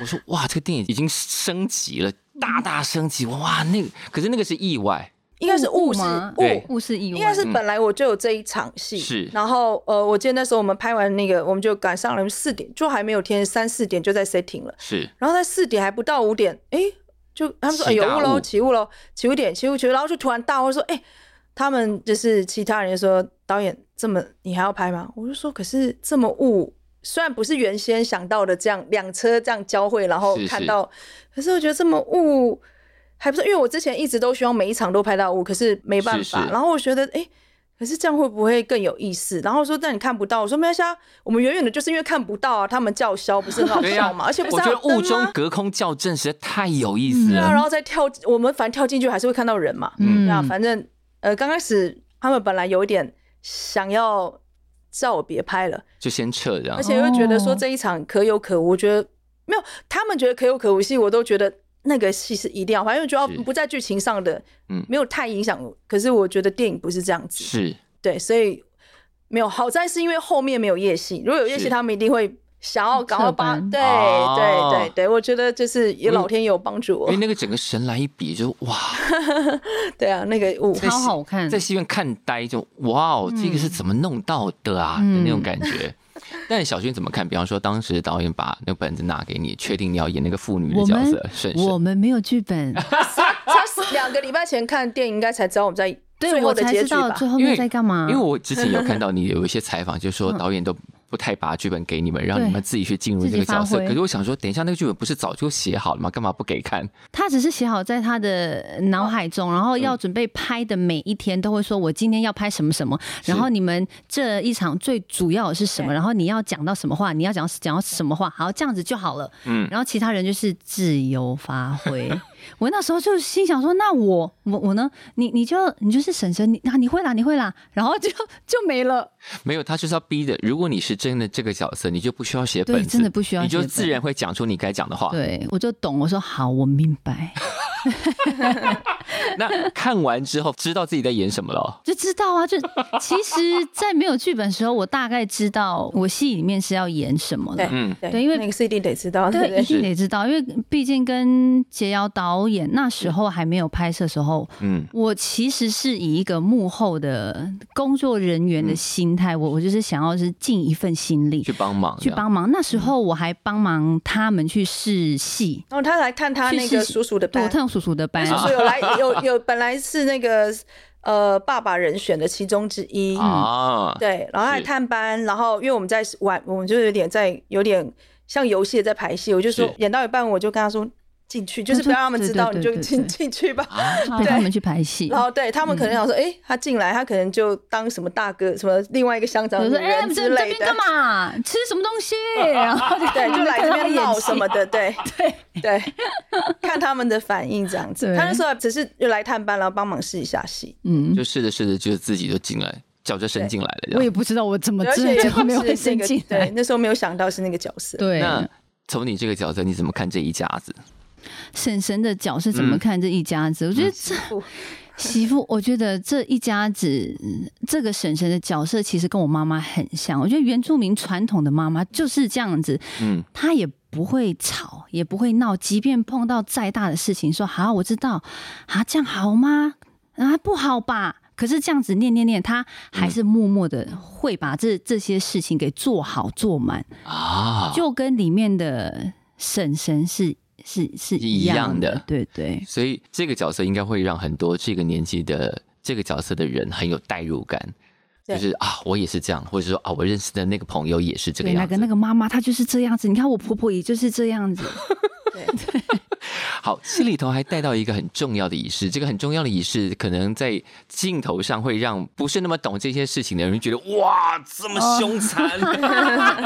Speaker 1: 我说哇，这个电影已经升级了，大大升级哇！那个可是那个是意外，
Speaker 3: 应该是
Speaker 2: 误
Speaker 3: 误是
Speaker 2: 吗
Speaker 1: 对
Speaker 3: 误
Speaker 2: 故事意外，嗯
Speaker 3: 应该是本来我就有这一场戏，
Speaker 1: 是
Speaker 3: 然后呃，我记得那时候我们拍完那个，我们就赶上了四点，就还没有天三四点就在 setting 了。
Speaker 1: 是
Speaker 3: 然后在四点还不到五点，哎、就他们说哎
Speaker 1: 起
Speaker 3: 有
Speaker 1: 大
Speaker 3: 雾喽，
Speaker 1: 雾
Speaker 3: 起雾喽，起雾点，起雾起雾，然后就突然大我说哎、他们就是其他人就说导演这么你还要拍吗？我就说可是这么雾，虽然不是原先想到的这样两车这样交汇，然后
Speaker 1: 是是
Speaker 3: 看到，可是我觉得这么雾还不是，因为我之前一直都希望每一场都拍到雾，可是没办法。
Speaker 1: 是是
Speaker 3: 然后我觉得哎。可是这样会不会更有意思？然后说，但你看不到。我说没关系啊，我们远远的，就是因为看不到啊，他们叫嚣不是很好
Speaker 1: 对呀、
Speaker 3: 笑嘛，而且 不
Speaker 1: 我
Speaker 3: 是
Speaker 1: 觉
Speaker 3: 还有
Speaker 1: 得雾
Speaker 3: 灯吗
Speaker 1: 中隔空校正实在太有意思
Speaker 3: 对啊，然
Speaker 1: 了，
Speaker 3: 后再跳，我们反正跳进去还是会看到人嘛。
Speaker 2: 嗯
Speaker 3: 对啊，反正呃，刚开始他们本来有一点想要叫我别拍了，
Speaker 1: 就先撤这样
Speaker 3: 而。且又觉得说
Speaker 2: 哦
Speaker 3: 这一场可有可无，我觉得没有，他们觉得可有可无戏，我都觉得那个戏是一定要拍，因为主要
Speaker 1: 是
Speaker 3: 不在剧情上的，
Speaker 1: 嗯
Speaker 3: 没有太影响我。可是我觉得电影不是这样子，
Speaker 1: 是
Speaker 3: 对，所以没有，好在是因为后面没有夜戏，如果有夜
Speaker 1: 是
Speaker 3: 戏，他们一定会想要赶快把
Speaker 2: 撤。班
Speaker 3: 对
Speaker 1: 哦
Speaker 3: 对对对，我觉得就是也老天也有帮助
Speaker 1: 因
Speaker 3: 我
Speaker 1: 为。那个整个神来一笔就哇，
Speaker 3: 对啊， 那个舞
Speaker 1: 在
Speaker 2: 超
Speaker 1: 戏
Speaker 2: 好看
Speaker 1: 在戏院看呆就哇哦，
Speaker 2: 嗯
Speaker 1: 这个是怎么弄到的啊、的那种感觉。 但小薰怎么看？比方说，当时导演把那个本子拿给你，确定你要演那个妇女的
Speaker 2: 我
Speaker 1: 角
Speaker 2: 们
Speaker 1: 色，婶
Speaker 2: 我
Speaker 1: 婶。
Speaker 2: 们没有剧 本，
Speaker 3: 他两个礼拜前看电影，应该才知道我们在
Speaker 2: 对
Speaker 3: 最
Speaker 2: 我
Speaker 3: 后的
Speaker 2: 才
Speaker 3: 结
Speaker 2: 知
Speaker 3: 局
Speaker 2: 道
Speaker 3: 吧？
Speaker 2: 最后
Speaker 1: 因为
Speaker 2: 面在干嘛
Speaker 1: 因为。我之前有看到你有一些采访，就说
Speaker 2: 嗯
Speaker 1: 导演都不太把剧本给你们，让你们自己去进入这个角色
Speaker 2: 自己发。挥
Speaker 1: 可是我想说，等一下那个剧本不是早就写好了吗？干嘛不给看？
Speaker 2: 他只是写好在他的
Speaker 1: 哦
Speaker 2: 脑海中，然后要准备拍的每一天都会说，我今天要拍什么什么，
Speaker 1: 是
Speaker 2: 然后你们这一场最主要的是什么，
Speaker 3: 对
Speaker 2: 然后你要讲到什么话，你要讲讲到什么话，好这样子就好了。
Speaker 1: 嗯，
Speaker 2: 然后其他人就是自由发 挥。我那时候就心想说，那我我我呢？你你就你就是婶婶，你啊你会啦，你会啦，然后就就没了。
Speaker 1: 没有，他就是要逼的。如果你是真的这个角色，你就不需要写
Speaker 2: 对
Speaker 1: 本子，
Speaker 2: 哎真的不需要
Speaker 1: 你就
Speaker 2: 写本
Speaker 1: 自然会讲出你该讲的话。
Speaker 2: 对，我就懂。我说好，我明白，
Speaker 1: 那看完之后，知道自己在演什么了。
Speaker 2: 就知道啊。就其实，在没有剧本的时候，我大概知道我戏里面是要演什么的
Speaker 3: 对。
Speaker 1: 嗯，
Speaker 3: 对
Speaker 2: 对因为
Speaker 3: 那个是一定得知道，对不
Speaker 2: 对，一
Speaker 3: 对？
Speaker 2: 定得知道，因为毕竟跟杰瑶导演那时候还没有拍摄的时候，
Speaker 1: 嗯，
Speaker 2: 我其实是以一个幕后的工作人员的心态，我我就是想要是尽一份心力
Speaker 1: 去帮忙，
Speaker 2: 去。帮忙。那时候我还帮忙他们去试戏，
Speaker 3: 然后哦他来探他那
Speaker 2: 去
Speaker 3: 个
Speaker 2: 试
Speaker 3: 叔叔的
Speaker 2: 我
Speaker 3: 班，
Speaker 2: 探叔叔的班，
Speaker 3: 叔叔有来有有本来是那个呃爸爸人选的其中之一，
Speaker 1: 啊，
Speaker 3: 嗯对，然后还
Speaker 1: 是
Speaker 3: 探班，然后因为我们在玩，我们就有点在有点像游戏的在排戏，我就说
Speaker 1: 是
Speaker 3: 演到一半，我就跟他说进去，就是不要让他们知道，
Speaker 2: 对对
Speaker 3: 你就
Speaker 2: 对对嗯
Speaker 3: 进
Speaker 2: 对
Speaker 3: 进去吧。
Speaker 2: 陪他们去排戏
Speaker 3: 然。后对他们可能想说，哎、他进来，他可能就当什么大哥，什么另外一个乡长
Speaker 2: 我
Speaker 3: 女
Speaker 2: 说：“哎、
Speaker 3: 人
Speaker 2: 你
Speaker 3: 之
Speaker 2: 这这
Speaker 3: 类
Speaker 2: 边
Speaker 3: 的，哦
Speaker 2: 干嘛？吃什么东 西？”然后就
Speaker 3: 对，就来这边闹
Speaker 2: 闹
Speaker 3: 什么的， 对对对，看他们的反应这样子。
Speaker 2: 对
Speaker 3: 他那时候只是就来探班，然后帮忙试一下戏，
Speaker 2: 嗯，
Speaker 1: 就试着试着，就自己就进来，脚就伸进来了。这
Speaker 2: 我
Speaker 1: 样。
Speaker 2: 也不知道我怎么
Speaker 3: 而
Speaker 2: 知
Speaker 3: 且
Speaker 2: 道
Speaker 3: 也
Speaker 2: 这个没有
Speaker 3: 不
Speaker 2: 被
Speaker 3: 是
Speaker 2: 伸
Speaker 3: 那个
Speaker 2: 进
Speaker 3: 对
Speaker 2: 来。，
Speaker 3: 那时候没有想到是那个角色。
Speaker 2: 对，
Speaker 1: 那从你这个角色，你怎么看这一家子？
Speaker 2: 婶婶的脚是怎么看这一家子？我觉得这
Speaker 3: 妇
Speaker 2: 媳妇，我觉得这一家子嗯这个婶婶的角色其实跟我妈妈很像。我觉得原住民传统的妈妈就是这样子，
Speaker 1: 嗯，
Speaker 2: 她也不会吵，也不会闹，即便碰到再大的事情，说好我知道，啊这样好吗？啊不好吧？可是这样子念念念，她还是默默的会把这这些事情给做好做满，
Speaker 1: 啊，
Speaker 2: 就跟里面的婶婶是是是
Speaker 1: 一
Speaker 2: 一
Speaker 1: 样
Speaker 2: 样
Speaker 1: 的
Speaker 2: 的，对对。
Speaker 1: 所以这个角色应该会让很多这个年纪的这个角色的人很有代入感，就
Speaker 3: 对
Speaker 1: 是啊，我也是这样，或者说啊，我认识的那个朋友也是这个
Speaker 2: 对，那
Speaker 1: 样
Speaker 2: 个
Speaker 1: 子。
Speaker 2: 那个妈妈她就是这样子，你看我婆婆也就是这样 子，
Speaker 3: 对
Speaker 1: 好，戏里头还带到一个很重要的仪式，这个很重要的仪式可能在镜头上会让不是那么懂这些事情的人觉得哇，这么凶残。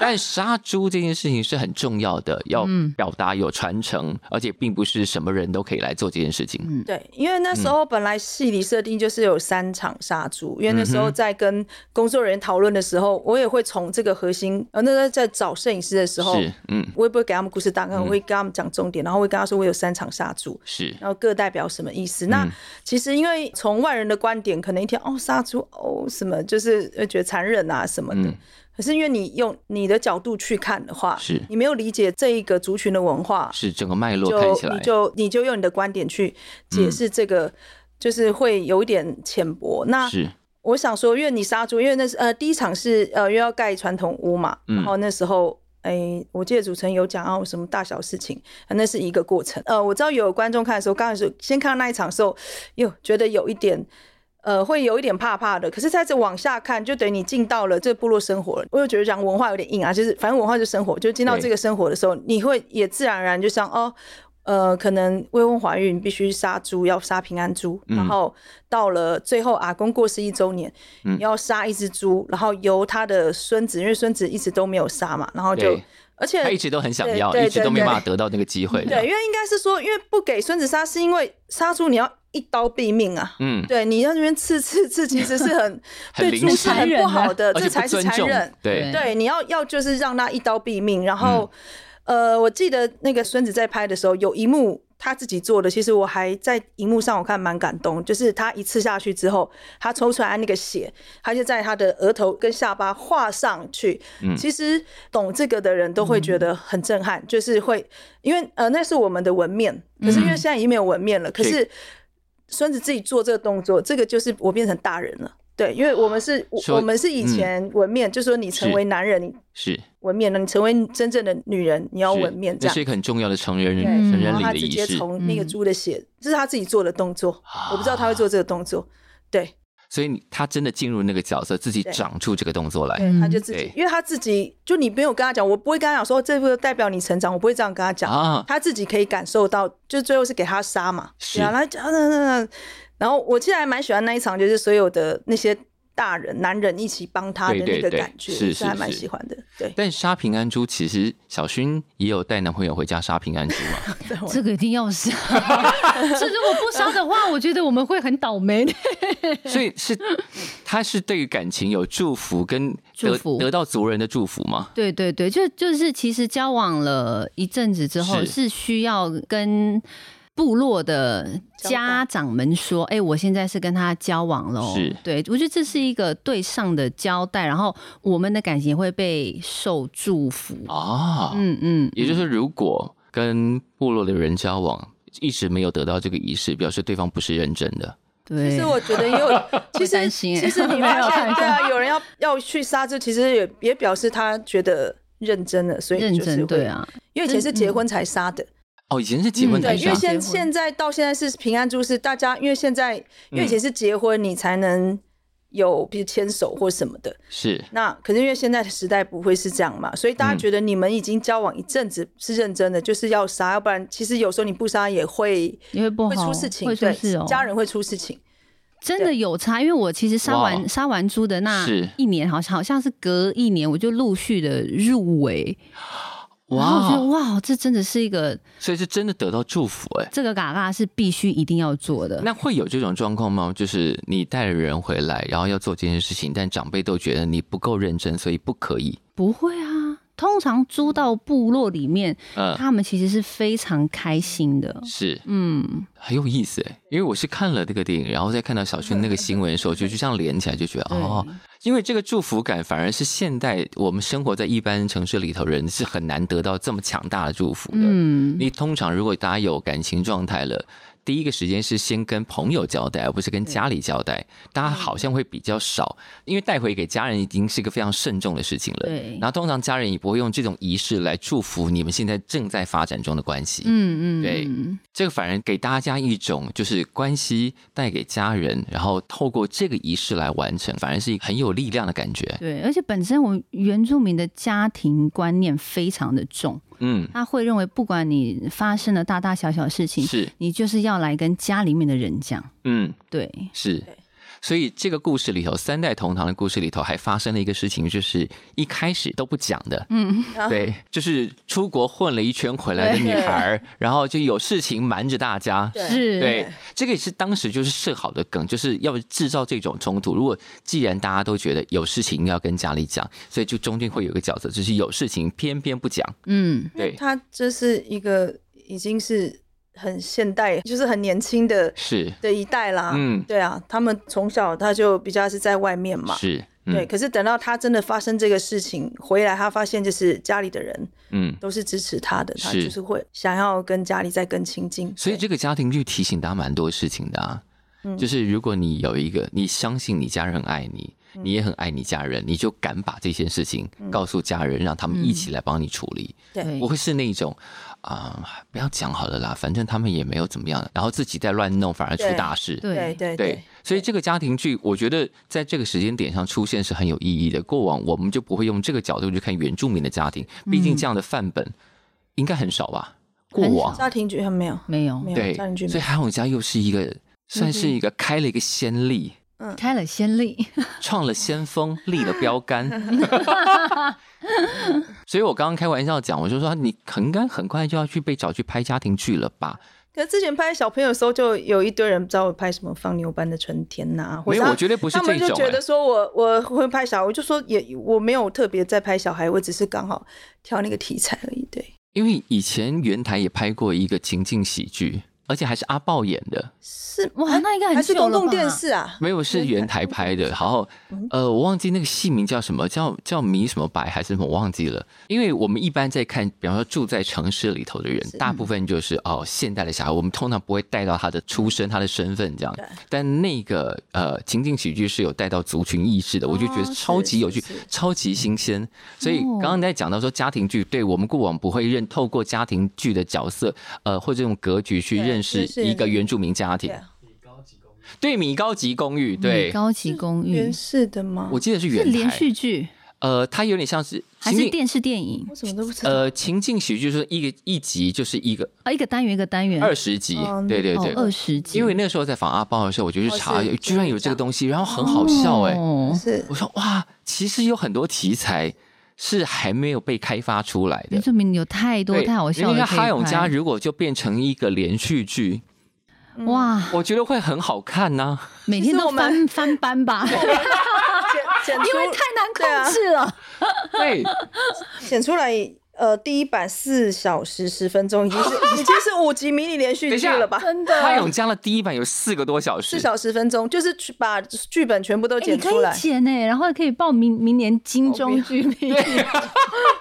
Speaker 1: 但杀猪这件事情是很重要的，要表达有传承，而且并不是什么人都可以来做这件事情。
Speaker 3: 对，因为那
Speaker 1: 嗯
Speaker 3: 时候本来戏里设定就是有三场杀猪，因为那时
Speaker 1: 嗯
Speaker 3: 候在跟工作人员讨论的时候，我也会从这个核心，呃，那时候在找摄影师的时候，
Speaker 1: 是，嗯，
Speaker 3: 我也不会给他们故事大纲，我会跟他们讲重点，然后会跟他说我有三场杀猪，
Speaker 1: 是。
Speaker 3: 然后各代表什么意思。
Speaker 1: 嗯
Speaker 3: 那其实因为从外人的观点，可能一听哦杀猪哦什么，就是会觉得残忍啊什么的。
Speaker 1: 嗯
Speaker 3: 可是因为你用你的角度去看的话，
Speaker 1: 是
Speaker 3: 你没有理解这一个族群的文化，
Speaker 1: 是整个脉络看起
Speaker 3: 就
Speaker 1: 来嗯
Speaker 3: 你，就你就用你的观点去解释这个，就是会有一点浅薄。那
Speaker 1: 是
Speaker 3: 我想说，因为你杀猪，因为那是呃第一场是呃又要盖传统屋嘛，
Speaker 1: 嗯
Speaker 3: 然后那时候。哎、我记得主持人有讲啊，什么大小事情、呃那是一个过程。呃，我知道有观众看的时候，刚开始先看到那一场的时候，哟，觉得有一点，呃，会有一点怕怕的。可是，在这往下看，就等于你进到了这部落生活了。我又觉得讲文化有点硬啊，就是反正文化就是生活，就进到
Speaker 1: 对
Speaker 3: 这个生活的时候，你会也自然而然就像哦，呃，可能未婚怀孕必须杀猪，要杀平安猪，
Speaker 1: 嗯
Speaker 3: 然后到了最后阿公过世一周年，
Speaker 1: 嗯
Speaker 3: 要杀一只猪，然后由他的孙子，因为孙子一直都没有杀嘛，然后哦就
Speaker 1: 对
Speaker 3: 而且
Speaker 1: 他一直都很想
Speaker 3: 对
Speaker 1: 要，
Speaker 3: 对
Speaker 1: 一直都
Speaker 3: 对
Speaker 1: 没有
Speaker 3: 对
Speaker 1: 办法得到那个机会。
Speaker 3: 对，因为应该是说，因为不给孙子杀，是因为杀猪你要一刀毙命啊。
Speaker 1: 嗯，
Speaker 3: 对，你在那边刺刺刺，其实是很
Speaker 1: 很
Speaker 3: 对
Speaker 1: 临
Speaker 3: 猪
Speaker 1: 时
Speaker 3: 是很不好的，
Speaker 1: 而且
Speaker 3: 这
Speaker 1: 不
Speaker 3: 才是
Speaker 1: 尊
Speaker 3: 残
Speaker 1: 重
Speaker 3: 忍。，
Speaker 1: 对，嗯
Speaker 3: 对，你要要就是让他一刀毙命。然后，呃，我记得那个孙子在拍的时候，有一幕他自己做的，其实我还在荧幕上我看蛮感动，就是他一次下去之后，他抽出来那个血，他就在他的额头跟下巴画上去。
Speaker 1: 嗯
Speaker 3: 其实懂这个的人都会觉得很震撼，就是会因为呃那是我们的纹面，
Speaker 1: 嗯
Speaker 3: 可是因为现在已经没有纹面了，可是孙子自己做这个动作，这个就是我变成大人了。对，因为我们是，我
Speaker 1: 说
Speaker 3: 我们是以
Speaker 1: 嗯
Speaker 3: 前纹面，就说你成
Speaker 1: 是
Speaker 3: 为男人，你
Speaker 1: 是
Speaker 3: 纹面了，你成为真正的女人，你要
Speaker 1: 是
Speaker 3: 纹面
Speaker 1: 那
Speaker 3: 这样
Speaker 1: 是。一个很重要的成人
Speaker 3: 对
Speaker 1: 成
Speaker 3: 然
Speaker 1: 人
Speaker 3: 后
Speaker 1: 礼
Speaker 3: 他
Speaker 1: 的
Speaker 3: 直
Speaker 1: 仪
Speaker 3: 接
Speaker 1: 式，啊
Speaker 3: 从那个
Speaker 2: 嗯
Speaker 3: 猪的血，这是他自己做的动作，我不知道他会做这个动作。对，
Speaker 1: 所以你他真的进入那个角色，自己
Speaker 3: 对
Speaker 1: 长出这个动作来
Speaker 2: 嗯
Speaker 3: 他就自己
Speaker 1: 对，
Speaker 3: 因为他自己就你没有跟他讲，我不会跟他讲说这个代表你成长，我不会这样跟他讲。
Speaker 1: 啊，
Speaker 3: 他自己可以感受到，就最后是给他杀嘛，
Speaker 1: 是
Speaker 3: 对啊，然后他就啊那那那，然后我其实还蛮喜欢那一场，就是所有的那些大人男人一起帮他的
Speaker 1: 对对
Speaker 3: 那个
Speaker 1: 对
Speaker 3: 感觉，
Speaker 1: 是
Speaker 3: 我
Speaker 1: 是
Speaker 3: 还蛮
Speaker 1: 是
Speaker 3: 喜欢的。对，
Speaker 1: 但杀平安猪其实小薰也有带男朋友回家杀平安猪 嘛，
Speaker 3: 对我
Speaker 2: 嗯这个一定要 杀，这如果不杀的话，我觉得我们会很倒 霉的。
Speaker 1: 所以是他是对于感情有祝福跟得
Speaker 2: 祝福
Speaker 1: 得到族人的祝福吗？
Speaker 2: 对对对，就就是其实交往了一阵子之后，
Speaker 1: 是
Speaker 2: 是需要跟部落的家长们说，哎、我现在是跟他交往喽。
Speaker 1: 是
Speaker 2: 对我觉得这是一个对上的交代，然后我们的感情会被受祝福。
Speaker 1: 啊，
Speaker 2: 嗯嗯，
Speaker 1: 也就是如果跟部落的人交往，一直没有得到这个仪式，表示对方不是认真的。
Speaker 2: 对。
Speaker 3: 其实我觉得也有，其实
Speaker 2: 担心欸
Speaker 3: 其 实你
Speaker 2: 没有
Speaker 3: 发
Speaker 2: 开
Speaker 3: 现，
Speaker 2: 玩笑
Speaker 3: 对啊，有人要要去杀这，其实也也表示他觉得认真了，所以
Speaker 2: 认
Speaker 3: 就是
Speaker 2: 真
Speaker 3: 会
Speaker 2: 对，啊，
Speaker 3: 因为以前是结婚才杀的，
Speaker 1: 哦，以前是结婚
Speaker 2: 嗯
Speaker 1: 才
Speaker 3: 对，因为
Speaker 1: 杀，
Speaker 2: 结婚
Speaker 3: 现现在到现在是平安珠是大家，因为现在因
Speaker 2: 嗯
Speaker 3: 为以前是结婚你才能有比如牵手或什么的，
Speaker 1: 是
Speaker 3: 那可是因为现在的时代不会是这样嘛，所以大家
Speaker 1: 嗯
Speaker 3: 觉得你们已经交往一阵子是认真的，就是要杀，要不然其实有时候你不杀也会
Speaker 2: 因为不
Speaker 3: 会
Speaker 2: 好
Speaker 3: 出事情，
Speaker 2: 会出
Speaker 3: 对
Speaker 2: 事哦，
Speaker 3: 家人会出事情。
Speaker 2: 真的有差，因为我其实杀
Speaker 1: 哇
Speaker 2: 完杀完猪的那
Speaker 1: 是
Speaker 2: 一年，好像好像是隔一年，我就陆续的入围，然后我觉得
Speaker 1: 哇，
Speaker 2: 哇，这真的是一个
Speaker 1: 所以是真的得到祝福哎、
Speaker 2: 这个嘎嘎是必须一定要做的。
Speaker 1: 那会有这种状况吗？就是你带了人回来，然后要做这件事情，但长辈都觉得你不够认真，所以不可以。
Speaker 2: 不会啊，通常租到部落里面，
Speaker 1: 嗯，
Speaker 2: 他们其实是非常开心的。
Speaker 1: 是
Speaker 2: 嗯，
Speaker 1: 很有意思哎，因为我是看了这个电影，然后再看到小薰那个新闻的时候，就就这样连起来，就觉得
Speaker 2: 对
Speaker 1: 哦，因为这个祝福感反而是现代我们生活在一般城市里头人是很难得到这么强大的祝福的。
Speaker 2: 嗯，
Speaker 1: 你通常如果大家有感情状态了，第一个时间是先跟朋友交代，而不是跟家里交代。大
Speaker 2: 嗯
Speaker 1: 家好像会比较少，因为带回给家人已经是一个非常慎重的事情了。
Speaker 2: 对
Speaker 1: 然，后通常家人也不会用这种仪式来祝福你们现在正在发展中的关系。
Speaker 2: 嗯嗯，
Speaker 1: 对
Speaker 2: 嗯
Speaker 1: 这个反而给大家一种就是关系带给家人，然后透过这个仪式来完成，反而是一个很有力量的感觉。
Speaker 2: 对，而且本身我原住民的家庭观念非常的重，
Speaker 1: 嗯，
Speaker 2: 他会认为不管你发生了大大小小的事情，
Speaker 1: 是，
Speaker 2: 你就是要来跟家里面的人讲。
Speaker 1: 嗯，
Speaker 2: 对，
Speaker 1: 是。所以这个故事里头，三代同堂的故事里头，还发生了一个事情，就是一开始都不讲的，
Speaker 2: 嗯，
Speaker 1: 对，就是出国混了一圈回来的女孩儿，然后就有事情瞒着大家。
Speaker 3: 对
Speaker 2: 是，
Speaker 1: 对，这个也是当时就是设好的梗，就是要制造这种冲突。如果既然大家都觉得有事情要跟家里讲，所以就中间会有一个角色，就是有事情偏偏不讲。
Speaker 2: 嗯，
Speaker 3: 因为
Speaker 1: 对，
Speaker 3: 他这是一个已经是很现代，就是很年轻的
Speaker 1: 是
Speaker 3: 的一代啦。
Speaker 1: 嗯
Speaker 3: 对啊，他们从小他就比较是在外面嘛。
Speaker 1: 是，
Speaker 3: 啊对，
Speaker 1: 嗯
Speaker 3: 可是等到他真的发生这个事情回来，他发现就是家里的人
Speaker 1: 嗯。
Speaker 3: 都是支持他的，他
Speaker 1: 是
Speaker 3: 就是会想要跟家里再更亲近。
Speaker 1: 所以
Speaker 3: 对
Speaker 1: 这个家庭剧提醒大家蛮多事情的啊，
Speaker 2: 嗯
Speaker 1: 就是如果你有一个你相信你家人很爱你，
Speaker 2: 嗯
Speaker 1: 你也很爱你家人，你就敢把这些事情告诉家人，让他们一起来帮你处理。
Speaker 2: 对
Speaker 1: 不，会是那种啊、不要讲好了啦，反正他们也没有怎么样，然后自己再乱弄，反而出
Speaker 3: 对
Speaker 1: 大事。
Speaker 2: 对
Speaker 3: 对对
Speaker 1: 对，所以这个家庭剧，我觉得在这个时间点上出现是很有意义的。过往我们就不会用这个角度去看原住民的家庭，毕竟这样的范本应该很少吧？过
Speaker 2: 嗯很少
Speaker 1: 往
Speaker 3: 家庭剧还没有，
Speaker 2: 没有
Speaker 3: 没有
Speaker 1: 对，
Speaker 3: 家庭剧没
Speaker 1: 所以
Speaker 3: 有。
Speaker 1: 韩永嘉又是一个算
Speaker 3: 嗯
Speaker 1: 是一个开了一个先例，
Speaker 2: 开了先例，
Speaker 1: 创了先锋，立了标杆。所以我刚刚开玩笑讲，我就说你应该很快就要去被找去拍家庭剧了吧？
Speaker 3: 可是之前拍小朋友的时候，就有一堆人不知道我拍什么《放牛班的春天》呐，或
Speaker 1: 没
Speaker 3: 者
Speaker 1: 有，
Speaker 3: 他
Speaker 1: 我绝对不是
Speaker 3: 他
Speaker 1: 这
Speaker 3: 们就
Speaker 1: 种、
Speaker 3: 觉得
Speaker 1: 欸。
Speaker 3: 说我我会拍小孩，我就说也我没有特别在拍小孩，我只是刚好挑那个题材而已。对，
Speaker 1: 因为以前袁台也拍过一个情境喜剧，而且还是阿豹演的，
Speaker 3: 是
Speaker 2: 哇，那应该
Speaker 3: 还
Speaker 2: 很
Speaker 3: 是
Speaker 2: 久
Speaker 3: 公
Speaker 2: 了吧
Speaker 3: 共电视 啊？
Speaker 1: 没有是袁台拍的。然后
Speaker 3: 嗯
Speaker 1: 呃，我忘记那个戏名叫什么，叫叫迷什么白还是什么，我忘记了。因为我们一般在看，比方说住在城市里头的人，大部分就是哦现代的小孩，我们通常不会带到他的出身、他的身份这样
Speaker 3: 对。
Speaker 1: 但那个呃情景喜剧是有带到族群意识的，我就觉
Speaker 3: 哦
Speaker 1: 得超级
Speaker 3: 是
Speaker 1: 有趣
Speaker 3: 是是，
Speaker 1: 超级新鲜。所以
Speaker 2: 哦
Speaker 1: 刚刚在讲到说家庭剧，对我们过往不会认透过家庭剧的角色，呃，或者用格局去
Speaker 3: 对
Speaker 1: 认识
Speaker 3: 就是
Speaker 1: 一个原住民家庭
Speaker 3: 对。啊
Speaker 1: 对，米高级公寓，对，
Speaker 2: 嗯高级公寓
Speaker 3: 原是的吗？
Speaker 1: 嗯我记得是
Speaker 2: 是
Speaker 1: 原
Speaker 2: 连
Speaker 1: 台，
Speaker 2: 续剧
Speaker 1: 呃，它有点像是
Speaker 2: 还
Speaker 1: 情
Speaker 2: 是
Speaker 1: 景
Speaker 2: 电视电影
Speaker 3: 我？怎么都不知道。
Speaker 1: 呃情境喜剧，就是一个一集就是一个
Speaker 2: 啊，一个单元一个单元，
Speaker 1: 二十集
Speaker 3: 嗯，
Speaker 1: 对对
Speaker 2: 哦
Speaker 1: 对，
Speaker 2: 二十集，
Speaker 1: 因为那时候在访阿豹的时候，我就去
Speaker 3: 哦
Speaker 1: 查
Speaker 3: 是，
Speaker 1: 居然有这个东西，然后很好笑哎、
Speaker 2: 哦
Speaker 3: 是
Speaker 1: 我说哇，其实有很多题材是还没有被开发出来的
Speaker 2: 原。住民有太多
Speaker 1: 对，
Speaker 2: 太好笑
Speaker 1: 因为
Speaker 2: 了。
Speaker 1: 像哈永家
Speaker 2: 家
Speaker 1: 如果就变成一个连续剧，
Speaker 2: 哇，
Speaker 1: 我觉得会很好看呐、
Speaker 2: 每天
Speaker 3: 嗯我
Speaker 2: 都
Speaker 3: 们
Speaker 2: 翻翻班吧，
Speaker 3: 剪剪
Speaker 2: 因为
Speaker 3: 出啊
Speaker 2: 太难控制了。
Speaker 1: 对，
Speaker 3: 剪出来，呃，第一版四小时十分钟，已经是已经是五集迷你连续剧了吧？
Speaker 2: 真
Speaker 1: 哈永家的第一版有四个多小时
Speaker 3: 四，小时分钟，就是去把剧本全部都
Speaker 2: 哎你
Speaker 3: 剪
Speaker 2: 可
Speaker 3: 出来
Speaker 2: 以。剪呢，然后可以报明明年金钟剧 名。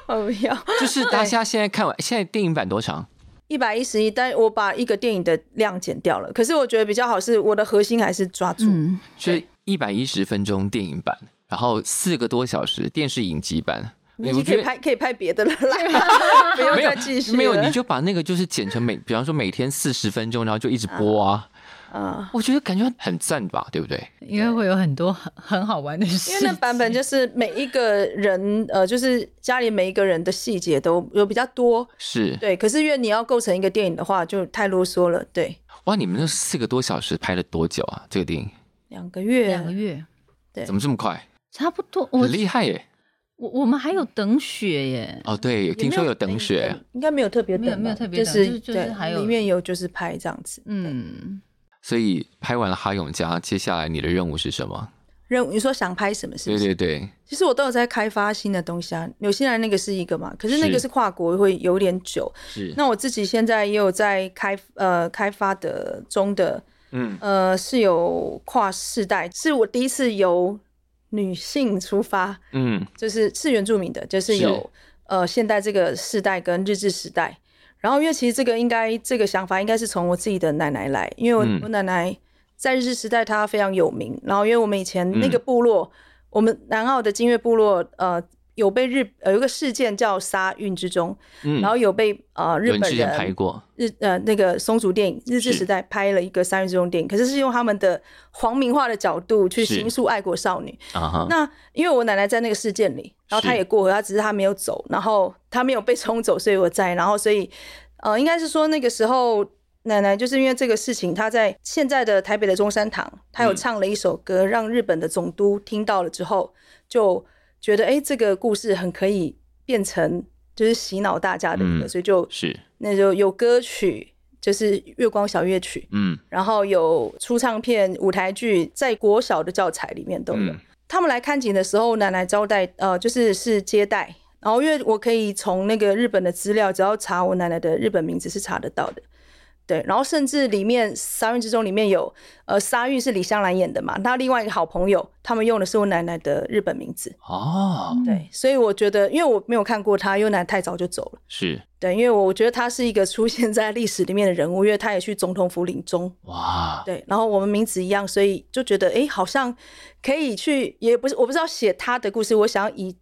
Speaker 3: 哦，不要
Speaker 1: 就是大家现在看完，现在电影版多长？
Speaker 3: 一百一十一，但我把一个电影的量剪掉了。可是我觉得比较好是，我的核心还是抓
Speaker 1: 哎
Speaker 3: 住。
Speaker 2: 嗯，
Speaker 1: 就是一百一十分钟电影版，然后四个多小时电视影集版。
Speaker 3: 你
Speaker 1: 你
Speaker 3: 已
Speaker 1: 不觉
Speaker 3: 经可以
Speaker 1: 得
Speaker 3: 拍可以拍别的了啦，不 要
Speaker 1: 没有
Speaker 3: 再继续了
Speaker 1: 没有，你就把那个就是剪成 每，比方说每天四十分钟，然后就一直播啊。
Speaker 3: 啊，
Speaker 1: 我觉得感觉很赞吧，对不对？
Speaker 4: 因为会有很多很很好玩的事情。
Speaker 3: 因为那版本就是每一个人，呃，就是家里每一个人的细节都有比较多。
Speaker 1: 是
Speaker 3: 对，可是因为你要构成一个电影的话，就太啰嗦了。对，
Speaker 1: 哇，你们那四个多小时拍了多久啊？这个电影
Speaker 3: 两个月，
Speaker 2: 两个月
Speaker 1: 怎么这么快？
Speaker 2: 差不多。我
Speaker 1: 很厉害耶！
Speaker 2: 我我们还
Speaker 3: 嗯
Speaker 2: 有等雪耶，
Speaker 1: 哦，对，
Speaker 3: 也没
Speaker 1: 听说有等雪，，
Speaker 3: 应该没有特别等吧，
Speaker 2: 没有没有特别
Speaker 3: 就
Speaker 2: 等
Speaker 3: 是
Speaker 2: 就是就是
Speaker 3: 对
Speaker 2: 还有
Speaker 3: 里面有就是拍这样子。
Speaker 2: 嗯，
Speaker 1: 所以拍完了哈永家，接下来你的任务是什么？
Speaker 3: 任务你说想拍什么是不
Speaker 1: 对
Speaker 3: 是？
Speaker 1: 对对，
Speaker 3: 其实我都有在开发新的东西啊，纽西兰那个是一个嘛，可是那个
Speaker 1: 是
Speaker 3: 是跨国会有点久。
Speaker 1: 是
Speaker 3: 那我自己现在也有在开呃开发的中的
Speaker 1: 嗯，
Speaker 3: 呃是有跨世代，是我第一次由女性出发，
Speaker 1: 嗯，
Speaker 3: 就是是原住民的，就是
Speaker 1: 是
Speaker 3: 有呃现代这个世代跟日治时代。然后因为其实这个应该这个想法应该是从我自己的奶奶来，因为我、
Speaker 1: 嗯
Speaker 3: 我奶奶在日治时代她非常有名。然后因为我们以前那
Speaker 1: 嗯
Speaker 3: 个部落，我们南澳的金月部落，呃。有被日呃有一个事件叫沙运之中，
Speaker 1: 嗯
Speaker 3: 然后有被呃
Speaker 1: 有
Speaker 3: 日
Speaker 1: 人
Speaker 3: 本
Speaker 1: 之前拍
Speaker 3: 人
Speaker 1: 过，
Speaker 3: 日呃那个松竹电影日治
Speaker 1: 是
Speaker 3: 时代拍了一个三月之中电影，可是是用他们的皇民化的角度去
Speaker 1: 是
Speaker 3: 形塑爱国少女。
Speaker 1: 啊哈，
Speaker 3: 那因为我奶奶在那个事件里，然后她
Speaker 1: 是
Speaker 3: 也过河，她只是她没有走，然后她没有被冲走，所以我在，然后所以呃，应该是说那个时候奶奶就是因为这个事情，她在现在的台北的中山堂，她有
Speaker 1: 嗯
Speaker 3: 唱了一首歌，让日本的总督听到了之后，就觉得哎、诶这个故事很可以变成就是洗脑大家的一个，
Speaker 1: 嗯，
Speaker 3: 所以就是那就有歌曲，就是《月光小乐曲》。
Speaker 1: 嗯
Speaker 3: 然后有出唱片、舞台剧，在国小的教材里面都有。
Speaker 1: 嗯
Speaker 3: 他们来看景的时候，奶奶招待，呃，就是是接待。然后因为我可以从那个日本的资料，只要查我奶奶的日本名字是查得到的。对，然后甚至里面《沙运之中》里面有，呃，沙运是李香兰演的嘛，她另外一个好朋友，他们用的是我奶奶的日本名字。
Speaker 1: 哦，
Speaker 4: 嗯
Speaker 3: 对，所以我觉得，因为我没有看过她，因为我奶奶太早就走了。
Speaker 1: 是
Speaker 3: 对，因为我觉得她是一个出现在历史里面的人物，因为她也去总统府领钟。
Speaker 1: 哇，
Speaker 3: 对，然后我们名字一样，所以就觉得哎，诶好像可以去，也不是我不知道写他的故事，我想要以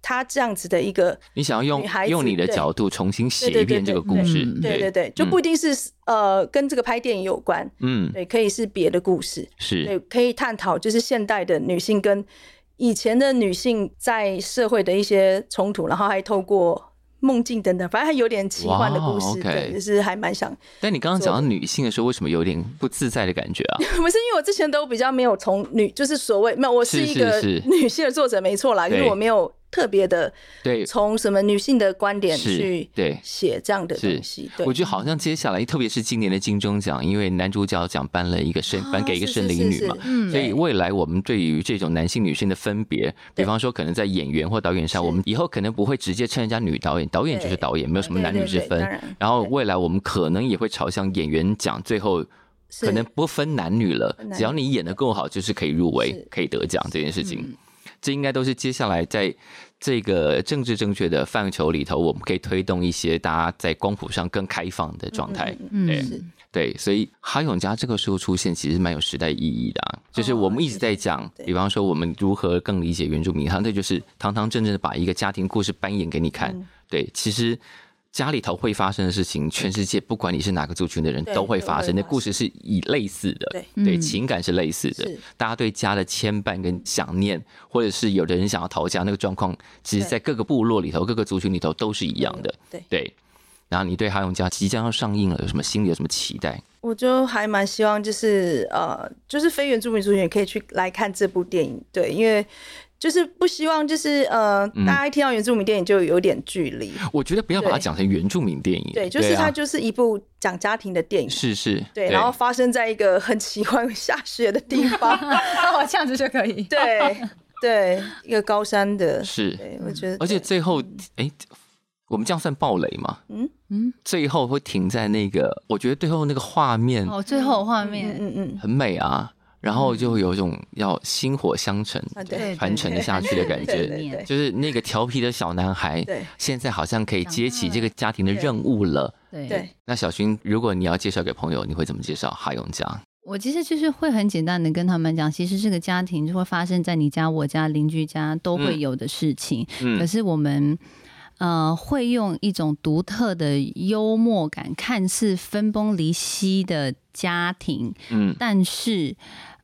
Speaker 3: 他这样子的一个，
Speaker 1: 你想要
Speaker 3: 女
Speaker 1: 用
Speaker 3: 孩子
Speaker 1: 用你的
Speaker 3: 对
Speaker 1: 角度重新写
Speaker 3: 对对
Speaker 1: 一遍
Speaker 3: 对
Speaker 1: 这个故
Speaker 2: 对
Speaker 1: 事，
Speaker 2: 嗯
Speaker 3: 对对对，就不一定是、呃跟这个拍电影有关，
Speaker 1: 嗯，
Speaker 3: 对，可以是别的故事，对，
Speaker 1: 是
Speaker 3: 可以探讨就是现代的女性跟以前的女性在社会的一些冲突，然后还透过梦境等等，反正还有点奇幻的故
Speaker 1: 哇
Speaker 3: 事，对，
Speaker 1: ，OK
Speaker 3: 就是还蛮想
Speaker 1: 但你刚刚讲到女性的时候，为什么有点不自在的感觉 啊？
Speaker 3: 不是因为我之前都比较没有从女，就是所谓没有，我
Speaker 1: 是
Speaker 3: 是一个
Speaker 1: 是是
Speaker 3: 女性的作者没错啦，
Speaker 1: 对
Speaker 3: 因为我没有特别的
Speaker 1: 对，
Speaker 3: 从什么女性的观点
Speaker 1: 是
Speaker 3: 去
Speaker 1: 对
Speaker 3: 写这样的
Speaker 1: 是
Speaker 3: 东西。对，
Speaker 1: 我觉得好像接下来，特别是今年的金钟奖，因为男主角奖颁了一个圣，颁给一个
Speaker 3: 啊
Speaker 1: 圣灵女嘛，，
Speaker 3: 是是是是
Speaker 4: 嗯
Speaker 1: 所以未来我们对于这种男性女性的分别，比
Speaker 3: 对
Speaker 1: 方说可能在演员或导演上，
Speaker 3: 是
Speaker 1: 我们以后可能不会直接称人家女导演，导演就是
Speaker 3: 对
Speaker 1: 导演，没有什么
Speaker 3: 对
Speaker 1: 男女
Speaker 3: 对
Speaker 1: 之
Speaker 3: 对
Speaker 1: 分
Speaker 3: 当然。
Speaker 1: 然后
Speaker 3: 对
Speaker 1: 未来我们可能也会朝向演员奖，最后
Speaker 3: 是
Speaker 1: 可能不分男女了
Speaker 3: 分，男
Speaker 1: 只要你演的够好，就是可以入围
Speaker 3: 是、嗯
Speaker 1: 可以得奖这件事情。这应该都是接下来在这个政治正确的范畴里头，我们可以推动一些大家在光谱上更开放的状态。对
Speaker 4: 嗯，
Speaker 1: 对，所以哈永家这个时候出现，其实蛮有时代意义的、啊。
Speaker 3: 哦
Speaker 1: 就是我们一直在讲，
Speaker 3: 对
Speaker 1: 比方说我们如何更理解原住民，他这就是堂堂正正的把一个家庭故事扮演给你看。
Speaker 3: 嗯
Speaker 1: 对，其实家里头会发生的事情，全世界不管你是哪个族群的人
Speaker 3: 对
Speaker 1: 都会发
Speaker 3: 都会
Speaker 1: 生。那
Speaker 3: 发
Speaker 1: 故事是以类似的，
Speaker 3: 对
Speaker 1: 对，
Speaker 4: 嗯
Speaker 1: 情感是类似的
Speaker 3: 是，
Speaker 1: 大家对家的牵绊跟想念，或者是有的人想要逃家那个状况，其实
Speaker 3: 对
Speaker 1: 在各个部落里头、各个族群里头都是一样的。
Speaker 3: 对
Speaker 1: 对。然后你对哈永家即将要上映了，有什么心里有什么期待？
Speaker 3: 我就还蛮希望，就是呃，就是非原住民族群也可以去来看这部电影，对，因为就是不希望就是呃，
Speaker 1: 嗯
Speaker 3: 大家一听到原住民电影就有点距离，
Speaker 1: 我觉得不要把它
Speaker 3: 对
Speaker 1: 讲成原住民电影，
Speaker 3: 对，就是
Speaker 1: 啊
Speaker 3: 它就是一部讲家庭的电影，
Speaker 1: 是是，
Speaker 3: 对，然后发生在一个很奇怪会下雪的地方，
Speaker 4: 哦，这样子就可以。
Speaker 3: 对对，一个高山的，
Speaker 1: 是，
Speaker 3: 对，我觉得，
Speaker 1: 而且最后，哎，我们这样算暴雷吗？
Speaker 3: 嗯
Speaker 1: 嗯，最后会停在那个，我觉得最后那个画面
Speaker 4: 哦，最后画
Speaker 3: 嗯
Speaker 4: 面，
Speaker 3: 嗯嗯，
Speaker 1: 很美啊，然后就有一种要薪火相承
Speaker 3: 啊、对
Speaker 1: 传承下去的感
Speaker 3: 对
Speaker 1: 觉。
Speaker 3: 对对
Speaker 1: 就是那个调皮的小男孩
Speaker 3: 对，
Speaker 1: 现在好像可以
Speaker 4: 长
Speaker 1: 接
Speaker 4: 大
Speaker 1: 起
Speaker 4: 了
Speaker 1: 这个家庭的任务了。
Speaker 4: 对
Speaker 3: 对，
Speaker 1: 那小薰，如果你要介绍给朋友，你会怎么介绍哈永家？
Speaker 4: 我其实就是会很简单的跟他们讲，其实这个家庭就会发生在你家、我家、邻居家都会
Speaker 1: 嗯
Speaker 4: 有的事情。可
Speaker 1: 嗯，
Speaker 4: 是我们呃会用一种独特的幽默感，看似分崩离析的家庭，
Speaker 1: 嗯
Speaker 4: 但是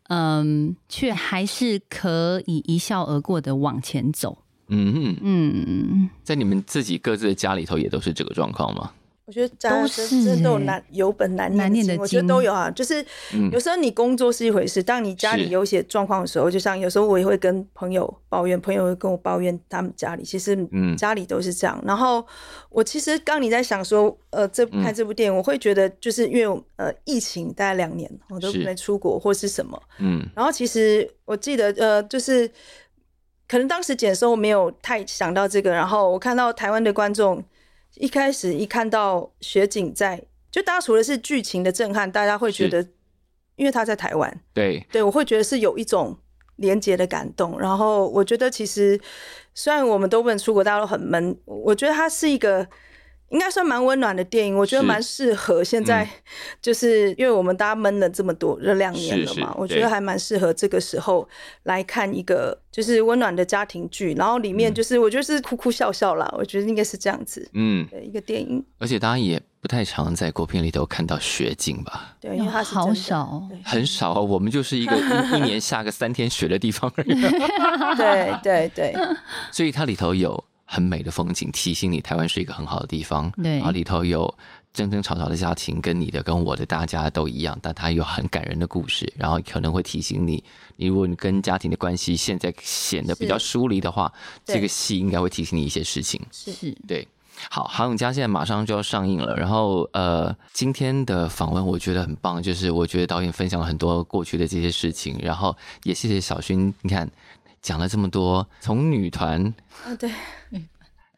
Speaker 4: 嗯，却还是可以一笑而过的往前走。
Speaker 1: 嗯嗯，
Speaker 4: 嗯，
Speaker 1: 在你们自己各自的家里头也都是这个状况吗？
Speaker 3: 我觉得大家
Speaker 4: 都
Speaker 3: 真真
Speaker 4: 是
Speaker 3: 都有
Speaker 4: 欸
Speaker 3: 难有本难
Speaker 4: 难
Speaker 3: 念
Speaker 4: 念
Speaker 3: 的
Speaker 4: 的
Speaker 3: 经，我觉得
Speaker 4: 经
Speaker 3: 都有啊。就是
Speaker 1: 嗯
Speaker 3: 有时候你工作是一回事，当你家
Speaker 1: 是
Speaker 3: 里有一些状况的时候，就像有时候我也会跟朋友抱怨，朋友会跟我抱怨他们家里，其实
Speaker 1: 嗯
Speaker 3: 家里都是这样。然后我其实刚你在想说，呃，这
Speaker 1: 嗯
Speaker 3: 看这部电影，我会觉得就是因为我呃疫情大概两年，我都
Speaker 1: 是
Speaker 3: 没出国或是什么，
Speaker 1: 嗯
Speaker 3: 然后其实我记得，呃，就是可能当时剪的时候没有太想到这个，然后我看到台湾的观众一开始一看到雪景在，就大家除了是剧情的震撼，大家会觉得，因为他在台湾，
Speaker 1: 对，
Speaker 3: 对我会觉得是有一种连结的感动。然后我觉得其实虽然我们都不能出国，大家都很闷，我觉得它是一个。应该算蛮温暖的电影，我觉得
Speaker 1: 是嗯
Speaker 3: 蛮适合现在，就是因为我们大家闷了这么多这两年了
Speaker 1: 是
Speaker 3: 嘛，
Speaker 1: 是
Speaker 3: 我觉
Speaker 1: 对
Speaker 3: 得还蛮适合这个时候来看一个就是温暖的家庭剧，然后里面就是我觉得是哭哭笑笑啦，我觉得应该是这样子
Speaker 1: 嗯，
Speaker 3: 的一个电影，
Speaker 1: 而且大家也不太常在国片里头看到雪景吧，
Speaker 3: 对，因为它是
Speaker 4: 嗯
Speaker 3: 真
Speaker 4: 好
Speaker 3: 的
Speaker 4: 少哦，
Speaker 1: 很少、啊。我们就是一个一一年下个三天雪的地方而已，
Speaker 3: 对对 对，
Speaker 1: 所以它里头有很美的风景，提醒你台湾是一个很好的地方。
Speaker 4: 对
Speaker 1: 然后里头有争争吵吵的家庭，跟你的跟我的大家都一样，但它有很感人的故事，然后可能会提醒你，你如果你跟家庭的关系现在显得比较疏离的话，
Speaker 3: 对
Speaker 1: 这个戏应该会提醒你一些事情。
Speaker 4: 是
Speaker 1: 对，好，韩永佳现在马上就要上映了。然后呃，今天的访问我觉得很棒，就是我觉得导演分享了很多过去的这些事情，然后也谢谢小薰，你看讲了这么多，从女团
Speaker 3: 啊对，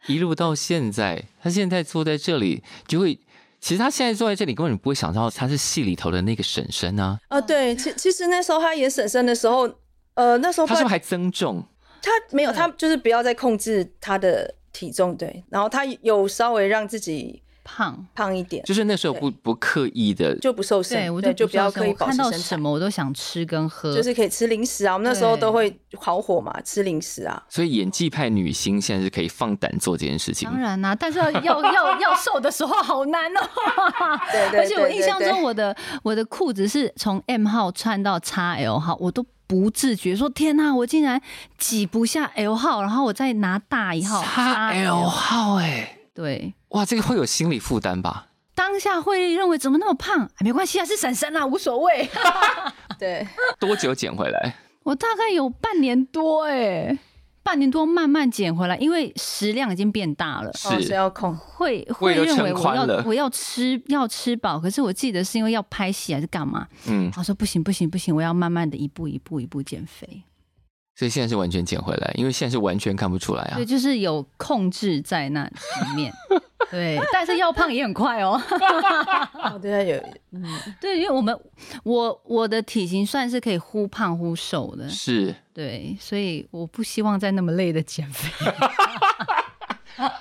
Speaker 1: 一路到现在，她现在坐在这里就会。其实她现在坐在这里，根本不会想到她是戏里头的那个婶婶啊，
Speaker 3: 啊，对，其其实那时候他演婶婶的时候，呃，那时候
Speaker 1: 她是不是
Speaker 3: 他
Speaker 1: 还增重？
Speaker 3: 他没
Speaker 4: 嗯
Speaker 3: 有，他就是不要再控制他的体重，对，然后他有稍微让自己
Speaker 4: 胖。
Speaker 3: 胖一点，
Speaker 1: 就是那时候不不刻意的，
Speaker 3: 就不瘦
Speaker 4: 对，
Speaker 3: 身，
Speaker 4: 我
Speaker 3: 对，就
Speaker 4: 就
Speaker 3: 不要刻意
Speaker 4: 我
Speaker 3: 保
Speaker 4: 看
Speaker 3: 持
Speaker 4: 到
Speaker 3: 身
Speaker 4: 什
Speaker 3: 材，
Speaker 4: 么我都想吃跟喝，
Speaker 3: 就是可以吃零食啊。我们那时候
Speaker 4: 对
Speaker 3: 都会好火嘛，吃零食啊，
Speaker 1: 所以演技派女星现在是可以放胆做这件事情。
Speaker 4: 当然啦、但是要要 要要瘦的时候好难哦。
Speaker 3: 对对对
Speaker 4: 而且我印象
Speaker 3: 对对
Speaker 4: 中，我的我的裤子是从 M 号穿到 XL 号，我都不自觉说天呐、我竟然挤不下 L 号，然后我再拿大一号
Speaker 1: XL 号哎、
Speaker 4: 对。
Speaker 1: 哇，这个会有心理负担吧？
Speaker 4: 当下会认为怎么那么胖？哎没关系啊，是婶婶啊，无所 谓。
Speaker 3: 对，
Speaker 1: 多久捡回来？
Speaker 4: 我大概有半年多哎、
Speaker 2: 半年多慢慢减回来，因为食量已经变大了，
Speaker 3: 哦，
Speaker 1: 是
Speaker 3: 谁要控？
Speaker 2: 会
Speaker 1: 胃
Speaker 2: 会
Speaker 1: 都
Speaker 2: 认
Speaker 1: 撑
Speaker 2: 为我
Speaker 1: 宽
Speaker 2: 要
Speaker 1: 了
Speaker 2: 我要吃要吃饱，可是我记得是因为要拍戏还是干嘛，
Speaker 1: 嗯，
Speaker 2: 他说不行不行不行，我要慢慢的一步一步一步减肥，
Speaker 1: 所以现在是完全减回来，因为现在是完全看不出来啊
Speaker 2: 对，。就是有控制在那里 面，对，但是要胖也很快哦。
Speaker 3: 哦，对啊，有
Speaker 2: 对，因为我们我我的体型算是可以忽胖忽瘦的，
Speaker 1: 是，
Speaker 2: 对，所以我不希望再那么累的减肥。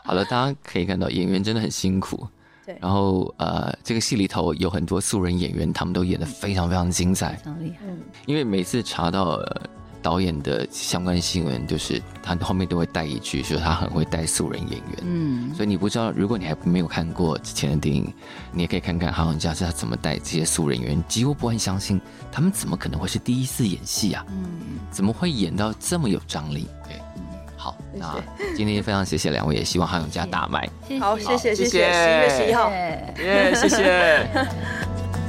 Speaker 1: 好了，大家可以看到演员真的很辛苦。
Speaker 3: 对
Speaker 1: 然后呃，这个戏里头有很多素人演员，他们都演得非常非常精彩
Speaker 2: 非。常厉害，
Speaker 3: 嗯
Speaker 1: 因为每次查到、呃导演的相关新闻，就是他后面都会带一句，说他很会带素人演员。
Speaker 2: 嗯，
Speaker 1: 所以你不知道，如果你还没有看过之前的电影，你也可以看看哈文家是他怎么带这些素人演员，几乎不敢相信他们怎么可能会是第一次演戏啊？怎么会演到这么有张力？对，好，那今天非常谢谢两位，也希望哈永家大卖。
Speaker 2: 谢谢
Speaker 3: 好，谢谢
Speaker 1: 谢
Speaker 3: 谢
Speaker 1: 谢
Speaker 3: 谢，十一月十一号。
Speaker 2: 谢
Speaker 1: 耶，谢谢。